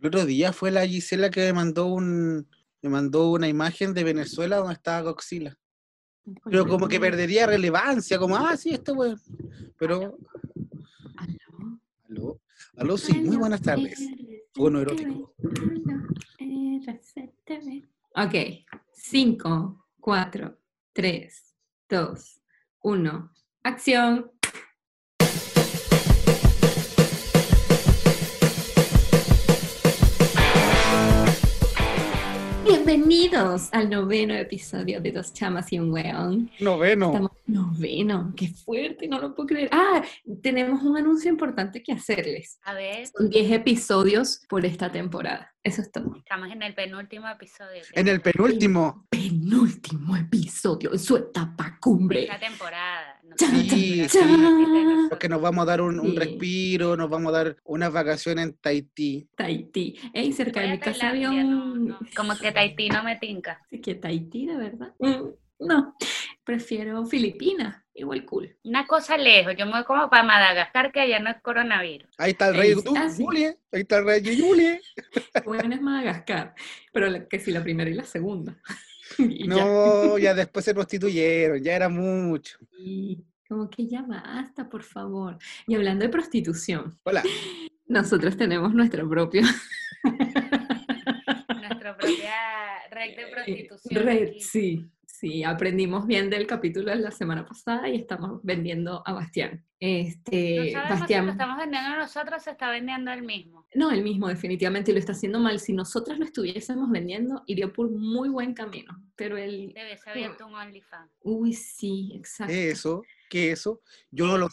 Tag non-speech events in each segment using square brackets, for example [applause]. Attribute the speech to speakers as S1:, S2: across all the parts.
S1: El otro día fue la Gisela que me mandó, un, me mandó una imagen de Venezuela donde estaba Godzilla. Pero como que perdería relevancia, como, ah, sí, este weón. Pero,
S2: Aló.
S1: aló, eh, aló, sí, muy buenas tardes. Tono erótico.
S2: Ok. 5, 4, 3, 2, 1. Acción. Bienvenidos al noveno episodio de Dos Chamas y un Weón.
S1: Noveno.
S2: Estamos noveno, qué fuerte, no lo puedo creer. Ah, tenemos un anuncio importante que hacerles.
S3: A ver,
S2: Son 10 episodios por esta temporada. Eso es todo.
S3: estamos en el penúltimo episodio.
S1: En el penúltimo.
S2: Penúltimo episodio en su etapa cumbre.
S3: Esta temporada. No
S2: Chan,
S1: chan,
S3: sé, la
S1: chan.
S3: temporada de nosotros.
S1: Porque nos vamos a dar un, un
S2: Sí.
S1: respiro, nos vamos a dar unas vacaciones en Tahití.
S2: Tahití. Ey, cerca de mi
S3: Voy a
S2: casa había
S3: Tailandia, no,
S2: un...
S3: no. Como que Tahití no me tinca.
S2: Así que Tahití, de verdad. Mm, No, prefiero Filipinas. Igual cool.
S3: Una cosa lejos, yo me voy como para Madagascar, que allá no es coronavirus.
S1: Ahí está el rey
S2: Ahí está, sí.
S1: Julie, ahí está el rey Julie.
S2: Bueno, es Madagascar. Pero la- que si la primera y la segunda. [laughs] [laughs] Y ya.
S1: No, [laughs] ya después se prostituyeron, ya era mucho.
S2: Y como que ya basta, por favor. Y hablando de prostitución,
S1: Hola,
S2: nosotros tenemos nuestro propio
S3: Nuestra propia
S2: [laughs]
S3: red de prostitución.
S2: red.
S3: aquí.
S2: Sí, sí, aprendimos bien del capítulo de la semana pasada y estamos vendiendo a Bastián.
S3: No
S2: Este,
S3: sabemos si
S2: Bastián.
S3: lo estamos vendiendo nosotros, se está vendiendo el mismo.
S2: No, el mismo, definitivamente, y lo está haciendo mal. Si nosotras lo estuviésemos vendiendo, iría por muy buen camino. Pero él,
S3: Debes abierto un OnlyFans.
S2: uy, sí, exacto.
S1: ¿qué eso? ¿Qué eso? Yo no lo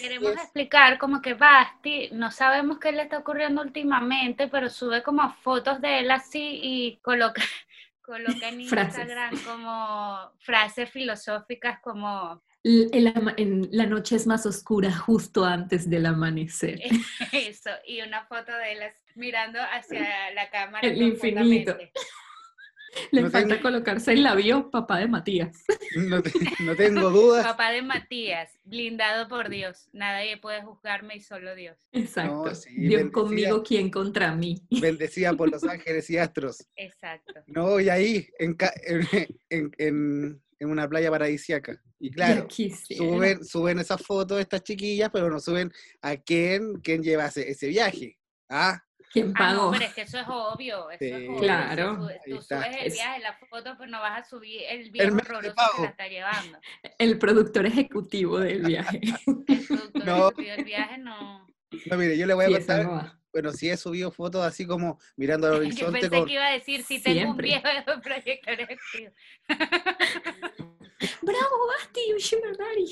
S3: Queremos
S1: Yes.
S3: explicar como que Basti, no sabemos qué le está ocurriendo últimamente, pero sube como fotos de él así y coloca, [laughs] coloca en
S2: Frases.
S3: Instagram como frases filosóficas como [laughs]
S2: L- el ama- en- la noche es más oscura justo antes del amanecer.
S3: Eh, eso, y una foto de él así, mirando hacia la cámara.
S2: El infinito.
S3: profundamente.
S2: Le
S1: No
S2: falta
S1: tengo-
S2: colocarse el labio, papá de Matías. [laughs]
S1: No, te- no tengo dudas.
S3: Papá de Matías, blindado por Dios, nadie puede juzgarme y solo Dios.
S2: Exacto.
S1: No, sí,
S2: Dios
S1: bendecida.
S2: conmigo, ¿quién contra mí? [laughs]
S1: Bendecida por los ángeles y astros.
S3: Exacto.
S1: No, y ahí, en, ca- en, en- en- en una playa paradisiaca. Y
S2: Ya
S1: claro,
S2: quisiera.
S1: suben, suben esas fotos de estas chiquillas, pero no suben a quién, quién lleva ese, ese viaje. Ah,
S2: ¿Quién
S3: Ah, no,
S2: pagó?
S3: pero es que eso es obvio. Eso es
S1: Sí.
S3: obvio.
S2: Claro.
S3: Si
S1: Ahí
S3: Tú, tú
S1: está.
S3: subes el
S2: Es-
S3: viaje, la foto, pero no vas a subir el viaje
S1: medio de
S3: horroroso que
S1: pago.
S3: la está
S1: [laughs]
S3: llevando.
S2: El productor ejecutivo
S3: [laughs]
S2: del viaje.
S3: El productor
S1: No.
S3: ejecutivo del
S1: [laughs]
S3: viaje no.
S1: no, mire, yo le voy a
S2: Sí, esa
S1: contar.
S2: no va.
S1: Bueno, sí he subido fotos así como mirando al
S3: [laughs] Yo
S1: horizonte
S3: pensé
S1: con.
S3: que iba a decir si tengo un
S2: Siempre.
S3: viejo de proyector ejecutivo.
S2: Bravo, Basti, you sugar daddy.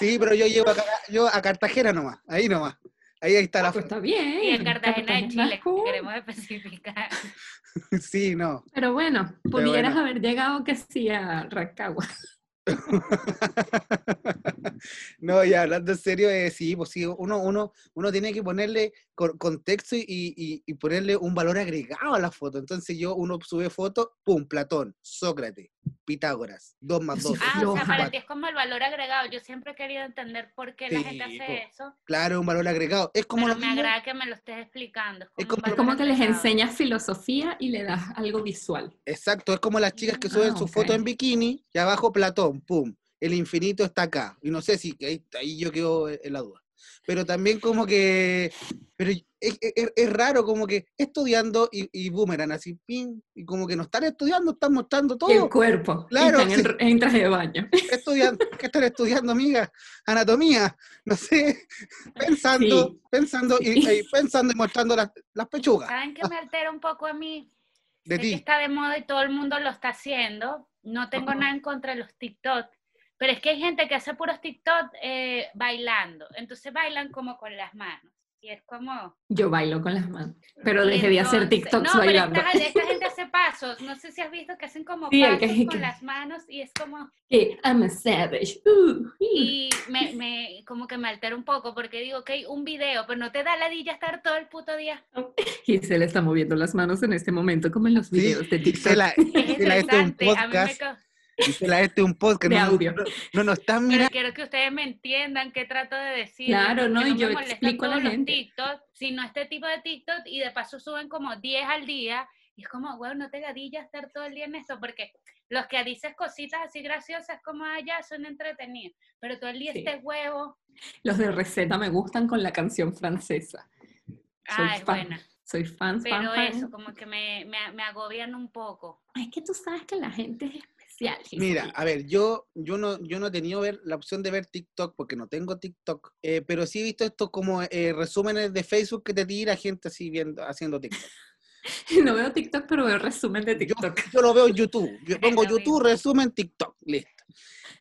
S1: Sí, pero yo llevo a, Ca- yo a Cartagena nomás, ahí nomás. Ahí, ahí está la
S2: Ah, pues
S1: foto.
S2: está bien.
S3: Y en Cartagena de
S2: Cartagena es
S3: Chile,
S2: cool.
S3: queremos
S1: [laughs]
S3: especificar.
S1: Sí, no.
S2: Pero bueno, pudieras
S1: bueno.
S2: haber llegado que sí a Rancagua.
S1: No, y hablando en serio, eh, sí, pues sí, uno, uno, uno tiene que ponerle cor- contexto y, y- y ponerle un valor agregado a la foto. Entonces yo, uno sube foto, pum, Platón, Sócrates, Pitágoras, dos más
S2: Pero
S1: dos.
S2: sí,
S3: Ah,
S1: es
S3: o sea,
S2: Loja.
S3: para
S1: cuatro.
S3: ti es como el valor agregado. Yo siempre he querido entender por qué la
S1: Sí,
S3: gente hace
S1: po.
S3: eso.
S1: Claro, un valor agregado. Es como
S3: Pero
S1: lo
S3: me
S1: mismo-
S3: agrada que me lo estés explicando.
S1: Es
S3: un
S1: como-
S2: Es
S3: valor
S2: como que les
S3: agregado.
S2: enseñas filosofía y le das algo visual.
S1: Exacto, es como las chicas que
S2: Mm,
S1: suben
S2: ah,
S1: su
S2: ok.
S1: foto en bikini y abajo Platón, pum, el infinito está acá. Y no sé si que ahí, ahí yo quedo en la duda. Pero también como que, pero es, es- es raro como que estudiando y, y boomerang así, pim, y como que no están estudiando, están mostrando
S2: Y el
S1: todo.
S2: cuerpo. y
S1: Claro,
S2: están en- en, traje de baño. [laughs]
S1: ¿Qué estudian- qué están estudiando, amiga? Anatomía, no
S2: [laughs]
S1: sé, pensando,
S2: Sí. Ah,
S1: pensando y, y pensando y mostrando las, las pechugas
S3: ¿Saben qué me altera un poco a mí?
S1: de
S3: sé que
S1: ti.
S3: está de moda y todo el mundo lo está haciendo. No tengo
S2: Ajá.
S3: nada en contra de los TikTok. Pero es que hay gente que hace puros TikTok eh, bailando. Entonces bailan como con las manos. Y es como...
S2: Yo bailo con las manos. Pero
S3: y
S2: dejé de hacer
S3: entonces-
S2: TikToks
S3: no,
S2: bailando.
S3: Pero esta, esta gente hace pasos. No sé si has visto que hacen como
S2: Sí, el que-
S3: pasos con
S2: que-
S3: las manos y es como...
S2: Que I'm a savage. Uh, uh.
S3: Y me, me- como que me altera un poco porque digo, ok, un video, pero no te da ladilla estar todo el puto día.
S2: Gisela está moviendo las manos en este momento, como en los
S1: Sí,
S2: videos de TikTok.
S1: Gisela,
S3: Es
S1: Gisela, este es un
S3: estresante. A mí me
S1: podcast
S3: ca-
S1: Dice la este un podcast.
S2: De
S1: no, nos-
S2: audio.
S1: No, no nos están
S3: Pero
S1: mirando.
S3: quiero que ustedes me entiendan qué trato de decir.
S2: Claro, no,
S3: porque
S2: y yo
S3: me molestan
S2: explico a la
S3: todos los
S2: gente.
S3: TikTok, sino este tipo de TikTok y de paso suben como 10 al día. Y es como, wow, no te gadillas estar todo el día en esto, porque los que dices cositas así graciosas como allá son entretenidos, pero todo el día
S2: Sí.
S3: este huevo,
S2: Los de receta me gustan con la canción francesa. Soy
S3: ah, es
S2: fan,
S3: buena.
S2: Soy fan, fan,
S3: Pero
S2: fan.
S3: eso, como que me, me, me agobian un poco.
S2: Ay, Es que tú sabes que la gente es especial.
S1: Mira,
S2: Giselle.
S1: a ver, yo, yo, no, yo no he tenido ver, la opción de ver TikTok porque no tengo TikTok, eh, pero sí he visto estos como eh, resúmenes de Facebook que te tira gente así viendo, haciendo TikTok.
S2: [laughs] No veo TikTok, pero veo resumen de
S1: Yo,
S2: TikTok.
S1: yo lo veo en YouTube. Yo
S3: Es
S1: pongo
S3: lo mismo.
S1: YouTube, resumen, TikTok, listo.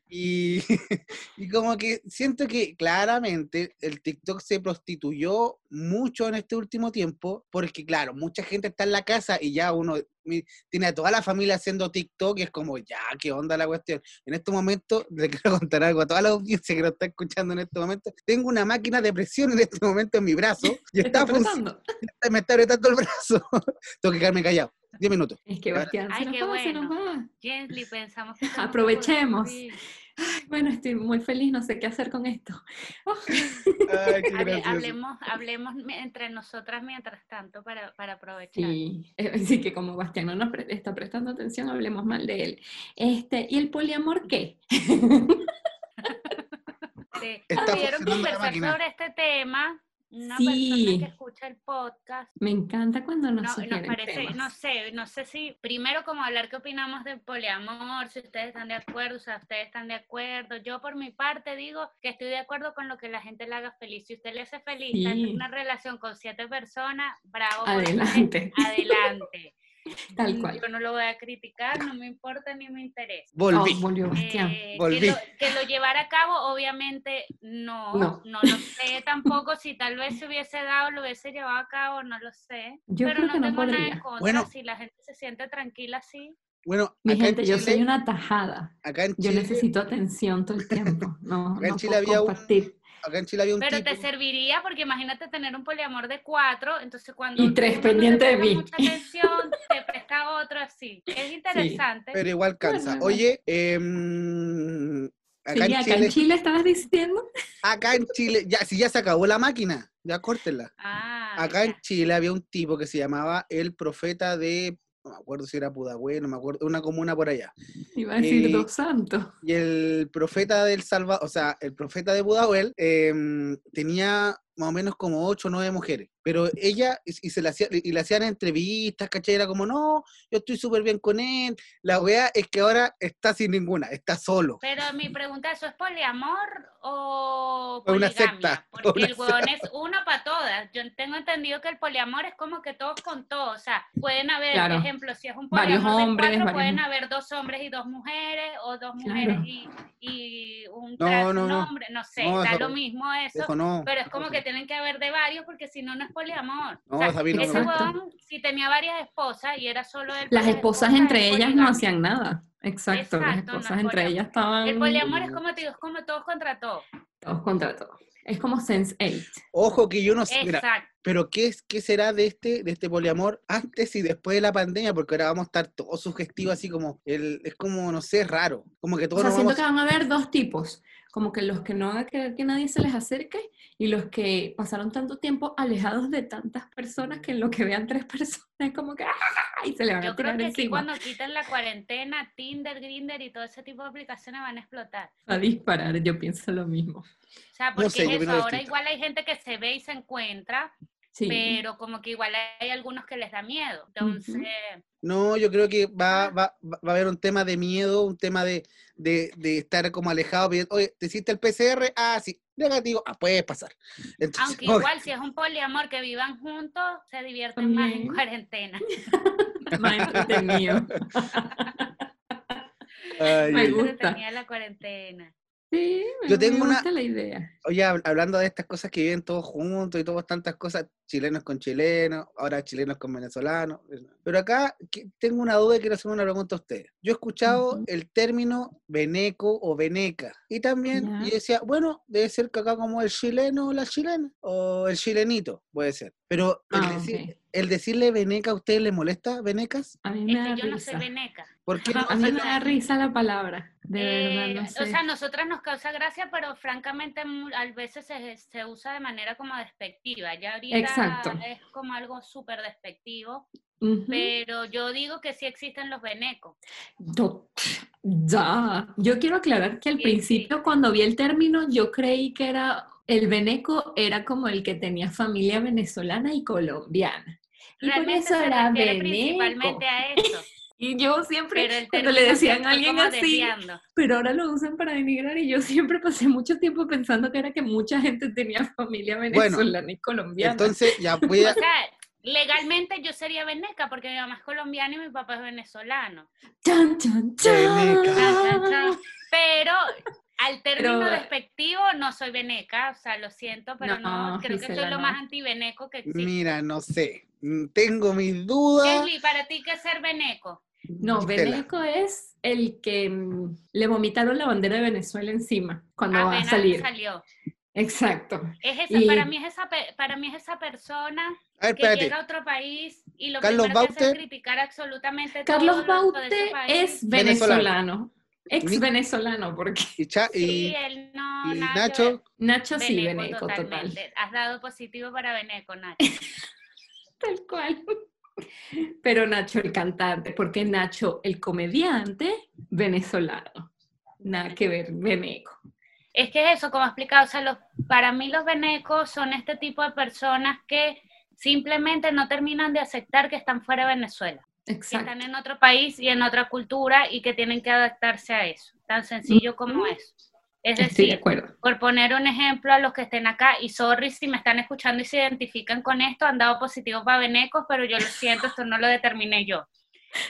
S1: Y, [laughs] y como que siento que claramente el TikTok se prostituyó mucho en este último tiempo, porque claro, mucha gente está en la casa y ya uno mi- tiene a toda la familia haciendo TikTok y es como, ya, qué onda la cuestión. En este momento, [laughs] le quiero contar algo a toda la audiencia que lo está escuchando en este momento. Tengo una máquina de presión en este momento en mi brazo y
S2: Te está
S1: está funcionando,
S2: apretando.
S1: me está apretando el brazo. [laughs] Tengo que quedarme callado. 10 minutos.
S2: Es que
S1: Ahora-
S2: Bastián,
S3: Ay,
S2: se nos
S3: qué
S2: va, se nos
S3: bueno.
S2: va.
S3: Gently, pensamos que...
S2: Aprovechemos.
S3: Sí.
S2: Ay, bueno, estoy muy feliz, no sé qué hacer con esto.
S3: [laughs]
S2: Oh,
S1: Ay, qué
S3: Hable-
S1: gracioso.
S3: hablemos, hablemos me- entre nosotras mientras tanto para, para aprovechar.
S2: sí, Eh, así que como Bastián no nos pre- está prestando atención, hablemos mal de él. Este, ¿Y el poliamor qué? [laughs]
S3: Sí.
S1: Está
S3: Pudieron
S1: funcionando la
S3: conversar
S1: máquina.
S3: sobre este tema. Una
S2: Sí.
S3: persona que escucha el podcast.
S2: Me encanta cuando
S3: No,
S2: nos
S3: nos
S2: sugieren
S3: parece,
S2: temas.
S3: no sé, no sé si primero como hablar qué opinamos del poliamor, si ustedes están de acuerdo, o sea, ustedes están de acuerdo. Yo por mi parte digo que estoy de acuerdo con lo que la gente le haga feliz. Si usted le hace feliz tener
S2: Sí.
S3: una relación con siete personas, bravo, por usted,
S2: Adelante,
S3: adelante.
S2: [laughs] tal cual.
S3: Yo no lo voy a criticar, no me importa ni me interesa.
S1: Volví.
S2: Oh, volvió Bastián.
S3: Eh,
S1: Volví.
S3: Que, lo, que lo llevara a cabo, obviamente no,
S2: No.
S3: no, lo sé tampoco, si tal vez se hubiese dado, lo hubiese llevado a cabo, no lo sé.
S2: Yo
S3: pero
S2: creo
S3: no
S2: que no
S3: tengo nada en
S2: podría.
S3: contra,
S1: Bueno.
S3: si la gente se siente tranquila así.
S1: Bueno,
S2: Mi
S1: acá en
S2: gente, yo soy
S1: Chile-
S2: una tajada.
S1: acá en
S2: Yo
S1: Chile-
S2: necesito atención todo el
S1: [laughs]
S2: tiempo. No,
S1: Acá en
S2: no
S1: Chile
S2: puedo
S1: había un-
S2: compartir.
S1: acá en Chile había un
S3: Pero
S1: tipo-
S3: te serviría porque imagínate tener un poliamor de cuatro, entonces cuando...
S2: Y tres
S3: uno no le
S2: pendiente de
S3: presta
S2: mí.
S3: Mucha atención, te presta otro así. Es interesante.
S1: pero igual cansa.
S2: Bueno.
S1: Oye, em, acá,
S2: Sí,
S1: en
S2: acá en
S1: Chile,
S2: Chile estabas diciendo.
S1: acá en Chile, ya, si ya se acabó la máquina, ya córtenla.
S3: Ah,
S1: Acá en
S3: mira.
S1: Chile había un tipo que se llamaba el profeta de, no me acuerdo si era Pudahue, no me acuerdo, una comuna por allá.
S2: Iba a decir
S1: Y-
S2: dos santos.
S1: Y el profeta del Salva, o sea, el profeta de Budahuel em, tenía más o menos como ocho o nueve mujeres, pero ella, y, y se le, hacía- y le hacían entrevistas, ¿cachai? Era como, no, yo estoy súper bien con él. La wea es que ahora está sin ninguna, está solo.
S3: Pero mi pregunta, ¿eso es poliamor o
S1: Fue una
S3: poligamia?
S1: secta, [laughs] fue
S3: Porque
S1: una
S3: el huevón es uno para todas. Yo tengo entendido que el poliamor es como que todos con todos. O sea, pueden haber,
S2: Claro.
S3: por ejemplo, si es un poliamor
S2: Varios
S3: de
S2: hombres,
S3: cuatro,
S2: varios-
S3: pueden haber dos hombres y dos mujeres, o dos mujeres
S2: Claro.
S3: y, y un,
S1: No,
S3: trans,
S1: no,
S3: un
S1: no.
S3: hombre. No sé,
S1: No,
S3: da
S1: eso-
S3: lo mismo eso.
S1: Dijo, no.
S3: Pero es como que tienen que haber de varios porque si no, no es poliamor.
S1: No,
S3: o sea,
S1: David, no,
S3: ese
S2: no.
S3: huevón, si tenía varias esposas y era solo él.
S2: Las esposas entre ellas no
S3: hacían
S2: hacían nada. Exacto, las
S3: Exacto, no
S2: esposas
S3: es
S2: entre
S3: poliamor.
S2: ellas estaban
S3: El poliamor es como te digo, es como todos contra todos.
S2: todos contra todos. Es como Sense 8.
S1: Ojo que yo no
S2: Pues
S1: sé, mira,
S3: Exacto.
S1: pero ¿qué, es, ¿qué será de este, de este poliamor antes y después de la pandemia? Porque ahora vamos a estar todos sugestivos, así como, el, es como, no sé, raro. Como que
S2: O
S1: todos
S2: sea,
S1: nos
S2: siento
S1: vamos...
S2: que van a haber dos tipos. Como que los que no van a querer que nadie se les acerque y los que pasaron tanto tiempo alejados de tantas personas que en lo que vean tres personas es como que ¡ah! y se le van a
S3: Yo creo
S2: tirar
S3: que aquí
S2: encima.
S3: cuando quiten la cuarentena, Tinder, Grinder y todo ese tipo de aplicaciones van a explotar.
S2: A disparar, yo pienso lo mismo.
S3: O sea,
S1: No
S3: porque
S1: sé, yo
S3: es eso.
S1: opino
S3: Ahora
S1: distinto.
S3: igual hay gente que se ve y se encuentra,
S2: Sí.
S3: pero como que igual hay algunos que les da miedo. Entonces,
S1: No, yo creo que va,
S3: Ah.
S1: va, va va a haber un tema de miedo, un tema de, de, de estar como alejado. pidiendo, Oye, ¿te hiciste el PCR? Ah, sí. Negativo. Ah, puedes pasar. Entonces,
S3: Mm. aunque
S1: como que-
S3: igual si es un poliamor que vivan juntos, se divierten más en
S2: También.
S3: cuarentena. [laughs]
S2: Más entretenido.
S1: [laughs] ay,
S2: Me
S1: ay,
S2: gusta.
S3: Entretenida la cuarentena. Este,
S2: Sí, me,
S1: Yo tengo
S2: me
S1: una-
S2: gusta la idea.
S1: Oye, hab- hablando de estas cosas que viven todos juntos y todas tantas cosas, chilenos con chilenos, ahora chilenos con venezolanos. Pero acá que- tengo una duda y quiero hacer una pregunta a ustedes. Yo he escuchado
S2: Ujú.
S1: el término veneco o veneca. Y también
S2: Ya.
S1: yo decía, bueno, debe ser que acá como el chileno o la chilena, o el chilenito, puede ser. Pero el,
S2: Ah,
S1: decir-
S2: ok.
S1: el decirle veneca a ustedes les molesta, venecas?
S2: A mí
S3: Es
S2: me da
S3: que yo no
S2: risa.
S3: soy veneca.
S1: ¿Por qué no
S2: [laughs] A mí
S1: se
S2: me
S1: lo-
S2: da risa la palabra, de
S3: Eh,
S2: verdad, no sé.
S3: O sea, a nosotras nos causa gracia, pero francamente mu- a veces se, se usa de manera como despectiva. Ya ahorita
S2: Exacto.
S3: es como algo súper despectivo,
S2: Ujú.
S3: pero yo digo que sí existen los venecos.
S2: Do- Ya. Yo quiero aclarar que al
S3: Sí,
S2: principio, cuando vi el término, yo creí que era el veneco era como el que tenía familia venezolana y colombiana. Y por
S3: Realmente
S2: eso
S3: se
S2: era
S3: refiere
S2: veneco.
S3: principalmente
S2: [laughs]
S3: a eso.
S2: Y yo siempre,
S3: Pero el
S2: cuando le
S3: término se
S2: decían a
S3: fue
S2: alguien
S3: como
S2: así, [laughs]
S3: desviando.
S2: pero ahora lo usan para denigrar y yo siempre pasé mucho tiempo pensando que era que mucha gente tenía familia venezolana y colombiana.
S1: Entonces, ya voy
S2: [laughs]
S3: O
S1: a...
S3: sea, legalmente yo sería veneca porque mi mamá es colombiana y mi papá es venezolano.
S2: ¡Chan, chan, chan!
S1: Veneca.
S3: Chan, chan, chan. Pero al término
S2: Ah. Pero-
S3: despectivo no soy veneca, o sea, lo siento, pero no,
S2: No,
S3: creo que
S2: Gisela,
S3: soy lo
S2: no.
S3: más antiveneco que existe.
S1: Mira, no sé. Mm, Tengo mis dudas.
S3: Kelly, ¿para ti qué es ser veneco?
S2: No,
S1: Gisela.
S2: veneco es el que mm, le vomitaron la bandera de Venezuela encima cuando va a
S3: Apenas
S2: salir.
S3: salió.
S2: Exacto.
S3: Es esa,
S2: Y-
S3: para, mí es esa, pe- para mí es esa persona
S1: A ver,
S3: que
S1: espérate.
S3: llega a otro país y lo
S1: Carlos
S3: primero que hace es
S1: Baute.
S3: criticar absolutamente
S2: Carlos
S3: todo lo de ese
S2: Baute
S3: país.
S2: es venezolano.
S1: Venezolano.
S2: Ex venezolano, porque
S1: Y, Cha- y-
S3: Sí, eh, él no,
S1: y
S3: nada que ver.
S1: Nacho,
S2: Nacho sí,
S3: Veneco,
S2: veneco, total.
S3: totalmente. Has dado positivo para veneco, Nacho.
S2: Tal cual. Pero Nacho el cantante, porque Nacho el comediante venezolano. Nada que ver, veneco.
S3: Es que es eso, como he explicado, o sea, los, para mí los venecos son este tipo de personas que simplemente no terminan de aceptar que están fuera de Venezuela, que
S2: Exacto.
S3: están en otro país y en otra cultura y que tienen que adaptarse a eso, tan sencillo como eso. Es
S2: Estoy de
S3: decir,
S2: acuerdo.
S3: por poner un ejemplo a los que estén acá, y sorry si me están escuchando y se identifican con esto, han dado positivo para venecos, pero yo lo siento, esto no lo determiné yo.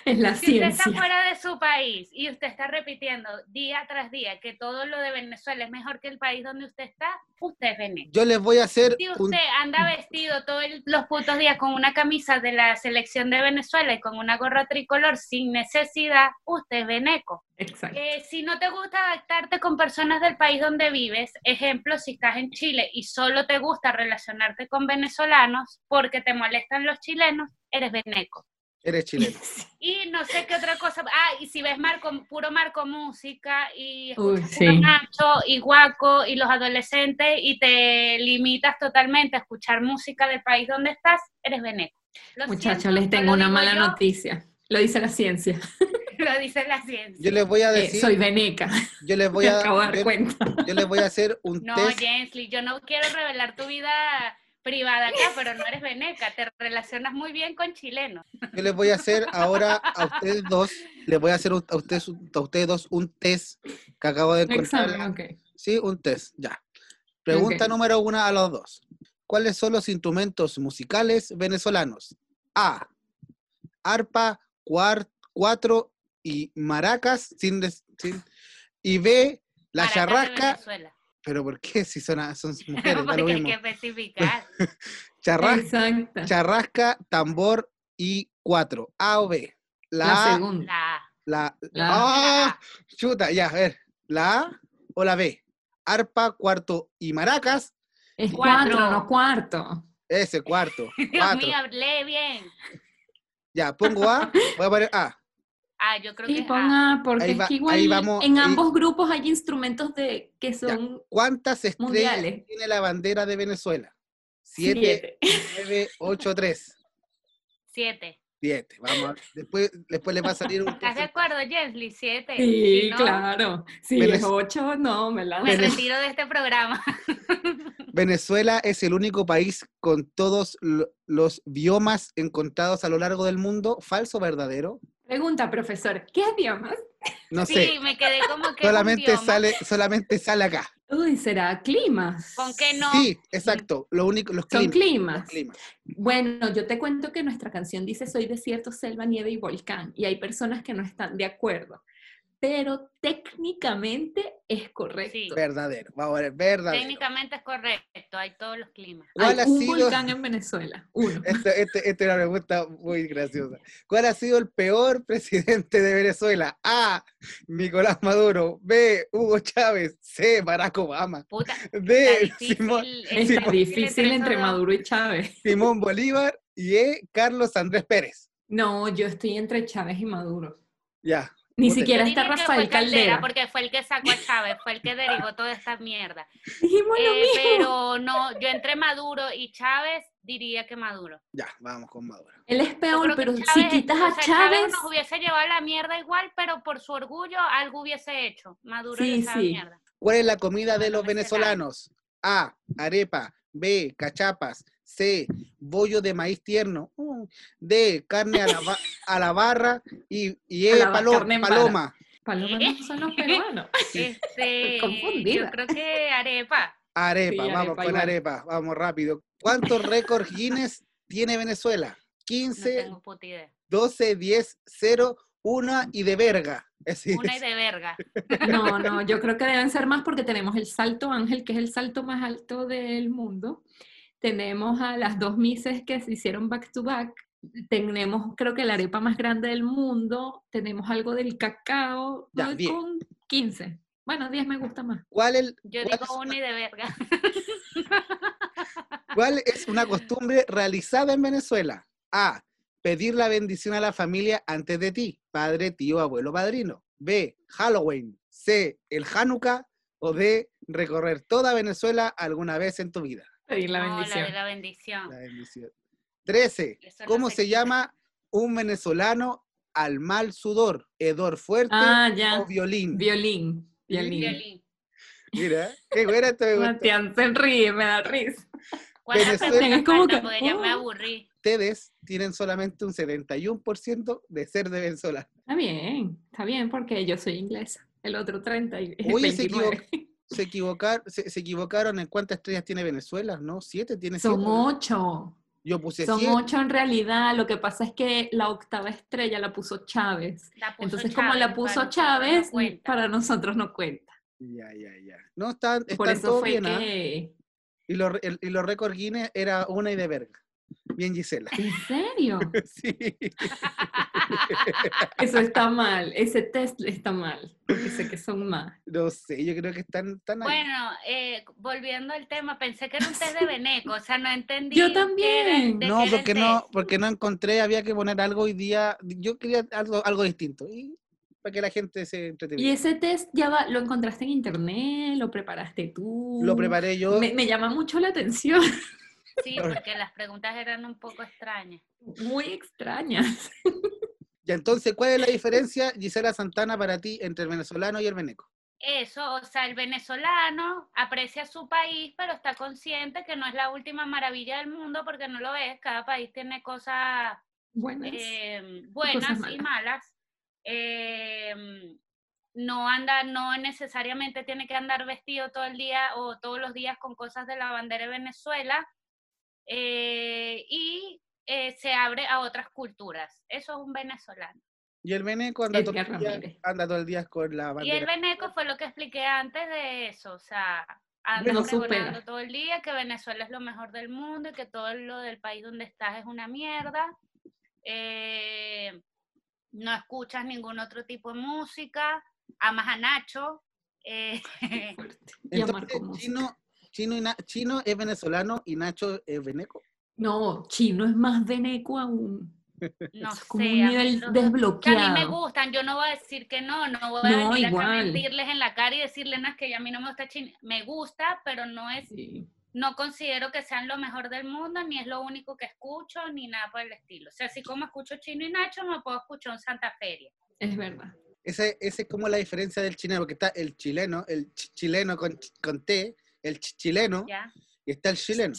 S2: Es la
S3: Si usted está
S2: ciencia.
S3: fuera de su país y usted está repitiendo día tras día que todo lo de Venezuela es mejor que el país donde usted está, usted es veneno.
S1: yo les voy a hacer
S3: Si
S1: un...
S3: usted anda vestido todos el- los putos días con una camisa de la selección de Venezuela y con una gorra tricolor sin necesidad, usted es veneco.
S2: Exacto.
S3: Eh, si no te gusta adaptarte con personas del país donde vives, ejemplo, si estás en Chile y solo te gusta relacionarte con venezolanos porque te molestan los chilenos, eres veneco.
S1: Eres
S3: eh, [laughs]
S1: chileno.
S3: Y no sé qué otra cosa. Ah, y si ves Marco, puro Marco Música y escuchas
S2: Uy,
S3: puro
S2: sí.
S3: Nacho y Guaco y los adolescentes y te limitas totalmente a escuchar música del país donde estás, eres veneco. Lo siento,
S2: Muchachos, les
S3: no
S2: tengo
S3: lo
S2: una
S3: digo
S2: mala
S3: yo,
S2: noticia. Lo dice la ciencia.
S3: [laughs] Lo dice la ciencia.
S1: Yo les voy a
S2: Eh,
S1: decir...
S2: soy veneca.
S1: Yo les voy
S2: Me [laughs]
S1: a...
S2: acabo de dar
S1: yo-
S2: cuenta.
S1: Yo les voy a hacer un
S3: No,
S1: test.
S3: Jensly, yo no quiero revelar tu vida privada acá, pero no eres veneca, te relacionas muy bien con chilenos.
S1: Yo les voy a hacer ahora a ustedes dos, les voy a hacer a ustedes, a ustedes dos un test que acabo de
S2: Un examen,
S1: encontrar.
S2: ok.
S1: Sí, un test, ya. Pregunta
S2: Ok.
S1: número uno a los dos. ¿Cuáles son los instrumentos musicales venezolanos? A. Arpa, cuar- cuatro y maracas. Sin, des- sin- y B. La
S3: Maracas de
S1: charrasca.
S3: Venezuela.
S1: ¿Pero por qué? Si son, a-
S3: [laughs]
S1: son mujeres, da lo
S3: Porque hay
S1: mismo.
S3: que especificar.
S1: Charrasca.
S2: Exacto.
S1: Charrasca, tambor y cuatro. A o B. La,
S2: La
S1: A,
S2: segunda.
S3: La,
S1: la-
S2: La-
S1: ¡Ah! Chuta, ya, a ver. ¿La A o la B? Arpa, cuarto y maracas.
S2: Es
S3: Cuatro.
S2: cuatro, no cuarto.
S1: Ese cuarto.
S3: [laughs] Dios
S1: Cuatro.
S3: mío, hablé bien.
S1: Ya, pongo A. Voy a poner A.
S3: Ah, yo creo
S2: Sí,
S3: que ah,
S2: ponga, porque
S1: Ahí
S2: es
S1: va-
S2: que igual
S1: ahí vamos,
S2: en
S1: ahí-
S2: ambos grupos hay instrumentos de, que son
S1: ¿Cuántas estrellas
S2: mundiales.
S1: tiene la bandera de Venezuela? Siete,
S3: [laughs]
S2: Siete.
S1: nueve, ocho, tres.
S3: siete.
S1: Siete. Vamos. a- Después, después le va a salir
S3: [laughs]
S1: un.
S3: ¿Estás de acuerdo, Jensly? Siete.
S2: Sí,
S3: Si no,
S2: claro. Si
S1: Venez-
S2: es ocho, no, me la
S3: Me
S1: Venez-
S3: retiro de
S2: [laughs]
S3: este programa.
S1: Venezuela es el único país con todos lo- los biomas encontrados a lo largo del mundo. ¿Falso o verdadero?
S2: Pregunta, profesor, ¿qué idiomas?
S1: No
S3: Sí,
S1: sé.
S3: me quedé como que.
S1: Solamente
S3: un bioma.
S1: sale, solamente sale acá.
S2: Uy, será climas.
S3: ¿Con qué no?
S1: Sí, exacto. Lo único, los
S2: Son
S1: climas. los
S2: climas.
S1: climas.
S2: Bueno, yo te cuento que nuestra canción dice soy desierto, selva, nieve y volcán, y hay personas que no están de acuerdo, pero técnicamente es correcto.
S3: Sí.
S1: Verdadero. Vamos a ver, verdadero.
S3: Técnicamente es correcto, hay todos los climas.
S2: Hay
S1: ¿Cuál ha
S2: un
S1: sido?
S2: volcán
S1: [laughs]
S2: en Venezuela, uno.
S1: Esta este, esta es una pregunta muy graciosa. ¿Cuál ha sido el peor presidente de Venezuela? A. Nicolás Maduro. B. Hugo Chávez. C. Barack Obama.
S2: [laughs]
S3: Puta, está
S1: D.
S3: difícil.
S1: Simón,
S3: [laughs] está
S2: Está difícil
S3: esos
S2: entre
S3: dos.
S2: Maduro y Chávez.
S1: Simón Bolívar. Y E. Carlos Andrés Pérez.
S2: No, yo estoy entre Chávez y Maduro.
S1: Ya.
S2: Ni
S1: Ponte.
S2: siquiera está
S3: Diría que
S2: Rafael
S3: fue Caldera,
S2: Caldera.
S3: porque fue el que sacó a Chávez, fue el que derivó toda esta mierda.
S2: Dijimos lo
S3: Eh,
S2: mismo.
S3: pero no, yo entre Maduro y Chávez diría que Maduro.
S1: Ya, vamos con Maduro.
S2: Él es
S3: Yo
S2: peor,
S3: creo que
S2: pero si
S3: Chávez-
S2: quitas
S3: o
S2: a
S3: sea,
S2: Chávez,
S3: nos hubiese llevado a la mierda igual, pero por su orgullo algo hubiese hecho. Maduro
S2: Sí,
S3: y esa
S2: sí.
S3: mierda.
S1: ¿Cuál es la comida de los
S3: Bueno,
S1: venezolanos? A. Arepa. B. Cachapas. C. Bollo de maíz tierno. Uh, D. Carne a la, ba- a la barra. Y, y
S2: A
S1: E.
S2: la ba-
S1: palo-
S2: carne en barra.
S1: paloma.
S2: Paloma no son los
S3: [laughs]
S2: peruanos.
S3: Este,
S1: [laughs]
S2: Confundida.
S3: yo creo que arepa.
S1: Arepa.
S2: Sí,
S1: vamos
S2: arepa
S1: con
S2: igual.
S1: arepa. Vamos rápido. ¿Cuántos récords Guinness tiene Venezuela?
S3: No
S1: 15,
S3: tengo puta idea.
S1: 12, 10, 0, 1 y de verga. Es decir,
S3: Una y de verga.
S2: [laughs] No, no, yo creo que deben ser más porque tenemos el Salto Ángel, que es el salto más alto del mundo. Tenemos a las dos Mises que se hicieron back to back. Tenemos, creo que la arepa más grande del mundo. Tenemos algo del cacao.
S1: Ya,
S2: Voy
S1: diez.
S2: con 15. Bueno, 10 me gusta más.
S1: ¿Cuál el-
S3: Yo
S1: ¿Cuál
S3: digo
S1: es-
S3: una y de verga.
S1: ¿Cuál es una costumbre realizada en Venezuela? A. Pedir la bendición a la familia antes de ti, padre, tío, abuelo, padrino. B. Halloween. C. El Hanukkah. O D. Recorrer toda Venezuela alguna vez en tu vida.
S2: Pedir [laughs] la
S3: No,
S2: bendición.
S3: la de la bendición.
S1: La bendición. 13.
S3: Eso no
S1: ¿Cómo
S3: se
S1: se
S3: quita.
S1: llama un venezolano al mal sudor? ¿Hedor fuerte
S2: Ah, ya.
S1: o violín?
S2: Violín. Violín.
S3: Violín.
S1: Mira, qué buena
S2: [laughs]
S1: esto me gusta.
S2: Matías se ríe, me da risa.
S3: ¿Cuántas
S1: Venezuela-
S3: personas
S2: Es como
S3: faltan?
S2: que-
S3: Porque ya me
S2: Oh.
S3: aburrí.
S1: Ustedes tienen solamente un 71% de ser de Venezuela.
S2: Está bien, está bien, porque yo soy inglesa. El otro 30 y
S1: Oye, se
S2: 29. [laughs]
S1: se, equivocar, se, se equivocaron en cuántas estrellas tiene Venezuela, ¿no? Siete, tiene
S2: Son
S1: siete, ¿no?
S2: ocho.
S1: Yo puse
S2: Son
S1: siete.
S2: ocho en realidad. Lo que pasa es que la octava estrella la puso Chávez.
S3: La puso
S2: Entonces, como la
S3: Chávez, para
S2: puso
S3: nosotros no
S2: Chávez,
S3: cuenta.
S2: para nosotros no cuenta.
S1: Ya, ya, ya. No, están,
S2: Por
S1: están
S2: eso
S1: todos
S2: fue
S1: bien, ¿ah?
S2: que.
S1: Y los, el- y los récords Guinness era una y de verga. Bien, Gisela. [laughs]
S2: ¿En serio?
S1: Sí.
S2: Eso está mal. Ese test está mal. Porque sé que son más.
S1: No sé, yo creo que están, están ahí.
S3: Bueno, eh, volviendo al tema, pensé que era un
S2: [laughs]
S3: test de Beneco, o sea, no entendí.
S2: Yo
S3: qué era-
S2: también.
S3: de
S1: no,
S3: qué era el
S1: porque no,
S3: test.
S1: porque no encontré, había que poner algo hoy día. Yo quería algo, algo distinto. Y para que la gente se
S2: Y
S1: entretenga.
S2: ese test ya va, lo encontraste en internet, lo preparaste tú.
S1: Lo preparé yo.
S2: Me, me llama mucho la atención. [laughs]
S3: Sí, porque las preguntas eran un poco extrañas.
S2: Muy extraña.
S1: Y entonces, ¿cuál es la diferencia, Gisela Santana, para ti entre el venezolano y el veneco?
S3: Eso, o sea, el venezolano aprecia su país, pero está consciente que no es la última maravilla del mundo porque no lo es. Cada país tiene cosas
S2: Buenas.
S3: eh, buenas y
S2: malas.
S3: malas. Eh, no anda, no necesariamente tiene que andar vestido todo el día o todos los días con cosas de la bandera de Venezuela. eh, y eh, se abre a otras culturas. Eso es un venezolano.
S1: Y el veneco anda, todo
S2: Edgar
S1: el, día,
S2: Ramírez.
S1: anda todo el día con la
S3: Y el
S1: bandera.
S3: veneco fue lo que expliqué antes de eso, o sea, anda
S2: Bueno,
S3: pregonando
S2: supera.
S3: todo el día que Venezuela es lo mejor del mundo y que todo lo del país donde estás es una mierda. Eh, no escuchas ningún otro tipo de música, amas a Nacho. eh,
S2: Fuerte. Y a Marco
S1: Entonces,
S2: Mosca.
S1: chino, chino, y Na- chino es venezolano y Nacho es veneco.
S2: No, chino es más veneco aún.
S3: no
S2: [laughs] Es como
S3: sé,
S2: un
S3: a mí
S2: nivel
S3: los dos- que
S2: desbloqueado.
S3: a mí me gustan, yo no voy a decir que no, no voy a
S2: No,
S3: venir acá a
S2: igual.
S3: mentirles en la cara y decirles, no, es que a mí no me gusta China. Me gusta, pero no es
S2: Sí.
S3: no considero que sean lo mejor del mundo, ni es lo único que escucho, ni nada por el estilo. O sea, así como escucho Chino y Nacho, no puedo escuchar un Santa Feria.
S2: Es
S3: [laughs]
S2: verdad.
S1: Esa ese es como la diferencia del chileno, porque está el chileno, el ch- chileno con, ch- con T, el ch- chileno,
S3: ¿ya? Mm.
S1: y está el chileno,